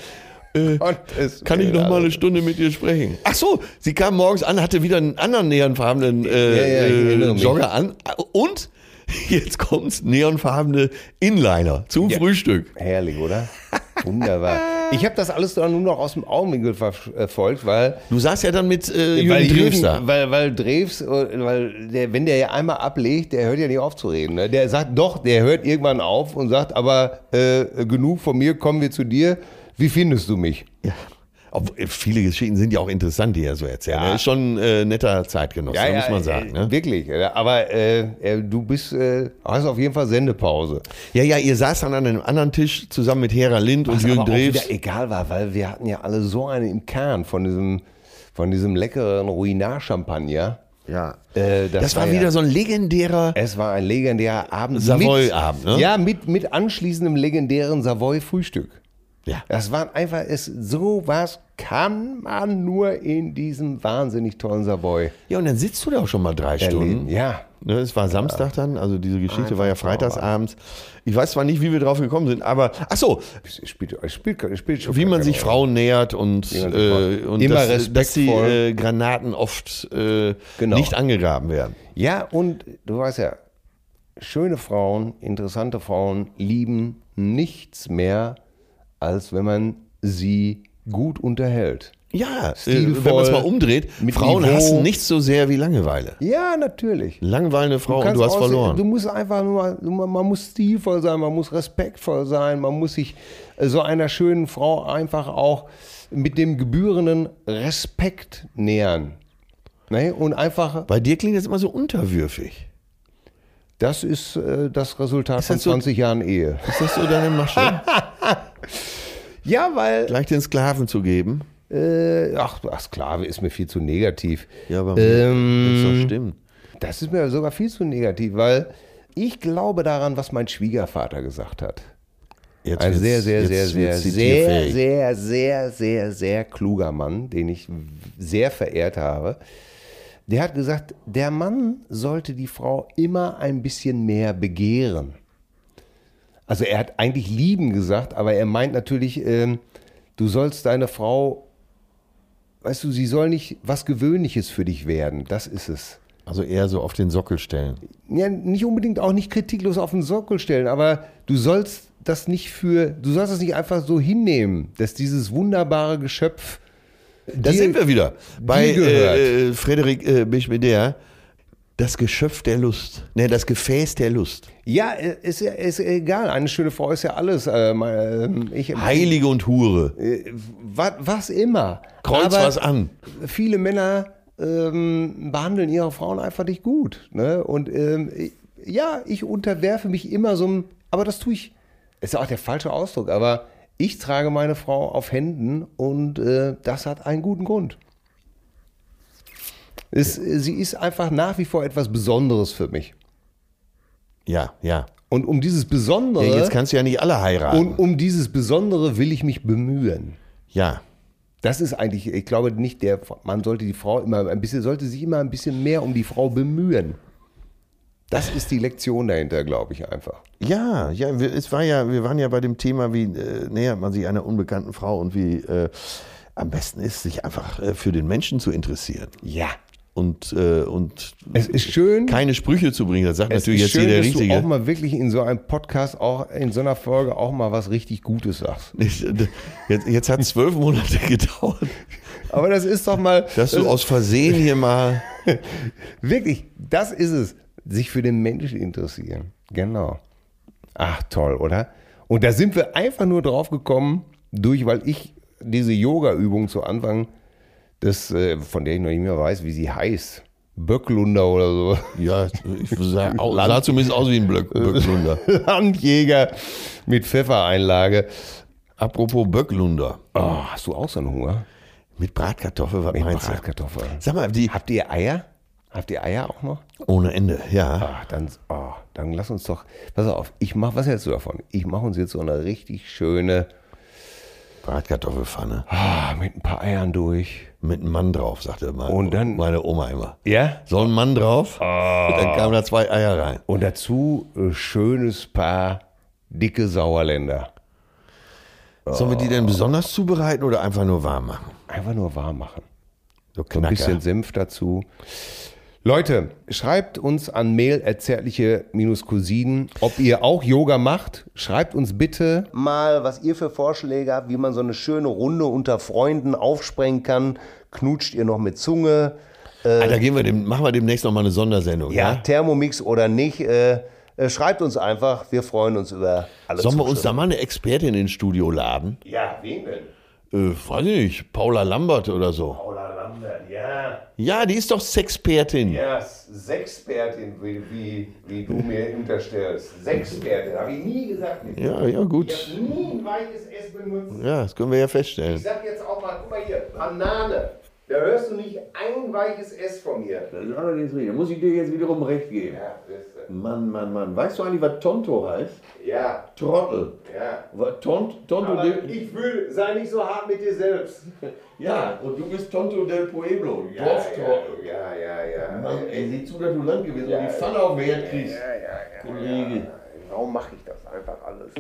Äh, Gottes kann ich Willen, noch mal Alter. eine Stunde mit dir sprechen? also Ach so, sie kam morgens an, hatte wieder einen anderen neonfarbenen Ja, ja, äh, ich äh, erinnere mich. Jogger an. Und jetzt kommt's neonfarbene Inliner zum Frühstück. Herrlich, oder? Wunderbar. Ich habe das alles dann nur noch aus dem Augenwinkel verfolgt, weil Du saßt ja dann mit äh, weil Jürgen Drews da. Weil, weil Drews, äh, weil der, wenn der ja einmal ablegt, der hört ja nicht auf zu reden. Ne? Der sagt doch, der hört irgendwann auf und sagt, aber äh, genug von mir, kommen wir zu dir. Wie findest du mich? Ja. Ob, äh, viele Geschichten sind ja auch interessant, die er so erzählt. Ja. Er ist schon äh, netter Zeitgenosse, muss man sagen. äh, Ne? Wirklich. äh, Aber äh, äh, du bist, äh, hast auf jeden Fall Sendepause. Ja, ja, ihr saßt dann an einem anderen Tisch zusammen mit Hera Lind und Was Jürgen aber auch Drews. wieder egal war, weil wir hatten ja alle so eine im Kern von diesem, von diesem leckeren Ruinar-Champagner. Ja. Äh, Das, war wieder ja, so ein legendärer. Es war ein legendärer Abend. Savoy-Abend, ne? Ja, mit, mit anschließendem legendären Savoy-Frühstück. Ja. Das war einfach, es, sowas kann man nur in diesem wahnsinnig tollen Savoy ja, und dann sitzt du da auch schon mal drei erleben. Stunden. Ja. Ne, es war Samstag dann, also diese Geschichte war ja freitagsabends. Ich weiß zwar nicht, wie wir drauf gekommen sind, aber ach so, Es Spielt, es spielt, es spielt schon wie keine man sich Rolle. Frauen nähert und, man sich Frauen- äh, und Immer dass, dass die respektvoll. äh, Granaten oft äh, Genau. nicht angegraben werden. Ja, und du weißt ja, schöne Frauen, interessante Frauen lieben nichts mehr, als wenn man sie gut unterhält. Ja, Stilvoll, äh, wenn man es mal umdreht, mit Frauen Niveau. hassen nichts so sehr wie Langeweile. Ja, natürlich. Langweilende Frau und du hast kannst aussehen- verloren. Du musst einfach nur, man, man muss stilvoll sein, man muss respektvoll sein, man muss sich äh, so einer schönen Frau einfach auch mit dem gebührenden Respekt nähern. Ne? Und einfach, Bei dir klingt das immer so unterwürfig. das ist äh, das Resultat von das so- 20 Jahren Ehe. Ist das so deine Masche? Ja, weil Gleich den Sklaven zu geben? Äh, ach, ach, Sklave ist mir viel zu negativ. Ja, aber das ähm, ist doch stimmt. das ist mir sogar viel zu negativ, weil ich glaube daran, was mein Schwiegervater gesagt hat. Jetzt Ein wird's- also sehr, sehr, jetzt sehr, sehr, wird's sehr, zitierfähig. sehr, sehr, sehr, sehr kluger Mann, den ich sehr verehrt habe. Der hat gesagt, der Mann sollte die Frau immer ein bisschen mehr begehren. Also er hat eigentlich lieben gesagt, aber er meint natürlich, ähm, du sollst deine Frau, weißt du, sie soll nicht was Gewöhnliches für dich werden. Das ist es. Also eher so auf den Sockel stellen. Ja, nicht unbedingt auch nicht kritiklos auf den Sockel stellen, aber du sollst das nicht für, du sollst das nicht einfach so hinnehmen, dass dieses wunderbare Geschöpf. Da sind wir wieder bei gehört. äh, äh, Frederik äh, Bischmeder. Das Geschöpf der Lust. Ne, das Gefäß der Lust. Ja, äh, ist, ja- ist egal. Eine schöne Frau ist ja alles. Äh, mein- äh, ich, Heilige und Hure. was, was immer. Kreuz aber was an. Viele Männer ähm, behandeln ihre Frauen einfach nicht gut. Ne? Und ähm, ich- ja, ich unterwerfe mich immer so einem, aber das tue ich. Ist ja auch der falsche Ausdruck, aber ich trage meine Frau auf Händen und äh, das hat einen guten Grund. Es, sie ist einfach nach wie vor etwas Besonderes für mich. Ja, ja. Und um dieses ja. Besondere, Jetzt kannst du ja nicht alle heiraten. und um dieses Besondere will ich mich bemühen. ja. Das ist eigentlich, ich glaube nicht, der man sollte die Frau immer ein bisschen, sollte sich immer ein bisschen mehr um die Frau bemühen. Das ist die Lektion dahinter, glaube ich einfach. Ja, ja, wir, es war ja, wir waren ja bei dem Thema, wie äh, nähert man sich einer unbekannten Frau und wie äh, am besten ist, sich einfach äh, für den Menschen zu interessieren Ja. und, äh, und Es ist schön. keine Sprüche zu bringen. Das sagt es natürlich ist jetzt schön, hier der dass du auch Richtige. mal wirklich in so einem Podcast, auch in so einer Folge auch mal was richtig Gutes sagst. Jetzt, jetzt hat zwölf Monate gedauert, Aber das ist doch mal dass du aus Versehen hier mal. wirklich, das ist es, sich für den Menschen interessieren. Genau. Ach toll, oder? Und da sind wir einfach nur drauf gekommen durch, weil ich diese Yoga-Übung zu Anfang, das, äh, von der ich noch nicht mehr weiß, wie sie heißt. Böcklunder oder so. Ja, ich sah, au- sah zumindest aus wie ein Blöck, Böcklunder. Landjäger mit Pfeffereinlage. Apropos Böcklunder. Oh, hast du auch so einen Hunger? Mit Bratkartoffel, was meinst du? Bratkartoffeln. Sag mal, die Habt ihr Eier? Habt ihr Eier auch noch? ohne Ende, ja. Ah, dann, ah, dann lass uns doch. Pass auf, ich mach, was hältst du davon? Ich mache uns jetzt so eine richtig schöne, Bratkartoffelpfanne. ah, mit ein paar Eiern durch. Mit einem Mann drauf, sagte meine, Und dann- meine Oma immer. Ja? So ein Mann drauf, dann kamen da zwei Eier rein. Und dazu äh, schönes Paar dicke Sauerländer. Sollen wir die denn besonders zubereiten oder einfach nur warm machen? Einfach nur warm machen. So So ein knacker. bisschen Senf dazu. Leute, schreibt uns an Mail zärtliche-cousinen, ob ihr auch Yoga macht. Schreibt uns bitte. mal, was ihr für Vorschläge habt, wie man so eine schöne Runde unter Freunden aufsprengen kann. Knutscht ihr noch mit Zunge? Ah, da gehen wir dem, machen wir demnächst nochmal eine Sondersendung. Ja, ne? Thermomix oder nicht? Äh, äh, schreibt uns einfach. Wir freuen uns über alles. Sollen wir uns da mal eine Expertin ins Studio laden? Ja, wen denn? Äh, weiß ich nicht, Paula Lambert oder so. Paula Lambert, ja. Ja, die ist doch Sexpertin. Ja, Sexpertin, wie, wie, wie du mir unterstellst. Sexpertin, habe ich nie gesagt. Ich ja, ja, gut. habe nie ein weiches S benutzt. Ja, das können wir ja feststellen. Ich sag jetzt auch mal, guck mal hier, Banane. Da hörst du nicht ein weiches S von mir. Das ist allerdings richtig. Da muss ich dir jetzt wiederum recht geben. Ja, siehst du. Mann, Mann, Mann. Weißt du eigentlich, was Tonto heißt? ja. Trottel. ja. Was Tont, Tonto Aber ich will, sei nicht so hart mit dir selbst. Ja, und du bist Tonto del Pueblo. Ja, Ja, ja, ja. ja. Mann, ey, sieh zu, dass du lang gewesen und die Pfanne auf den Herd kriegst. Ja, ja, ja. Kollege. Warum mache ich das einfach alles?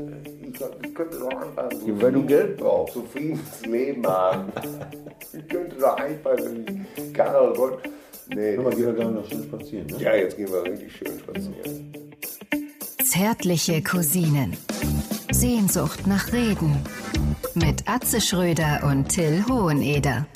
Ich, ich könnte doch einfach so Weil du Geld ein brauchst. zufriedenes Leben haben. Ich könnte doch einfach so wie Karl Gott. Nee, Guck mal, gehen wir gerade noch schön spazieren. Ne? ja, jetzt gehen wir richtig schön spazieren. Zärtliche Cousinen. Sehnsucht nach Reden. Mit Atze Schröder und Till Hoheneder.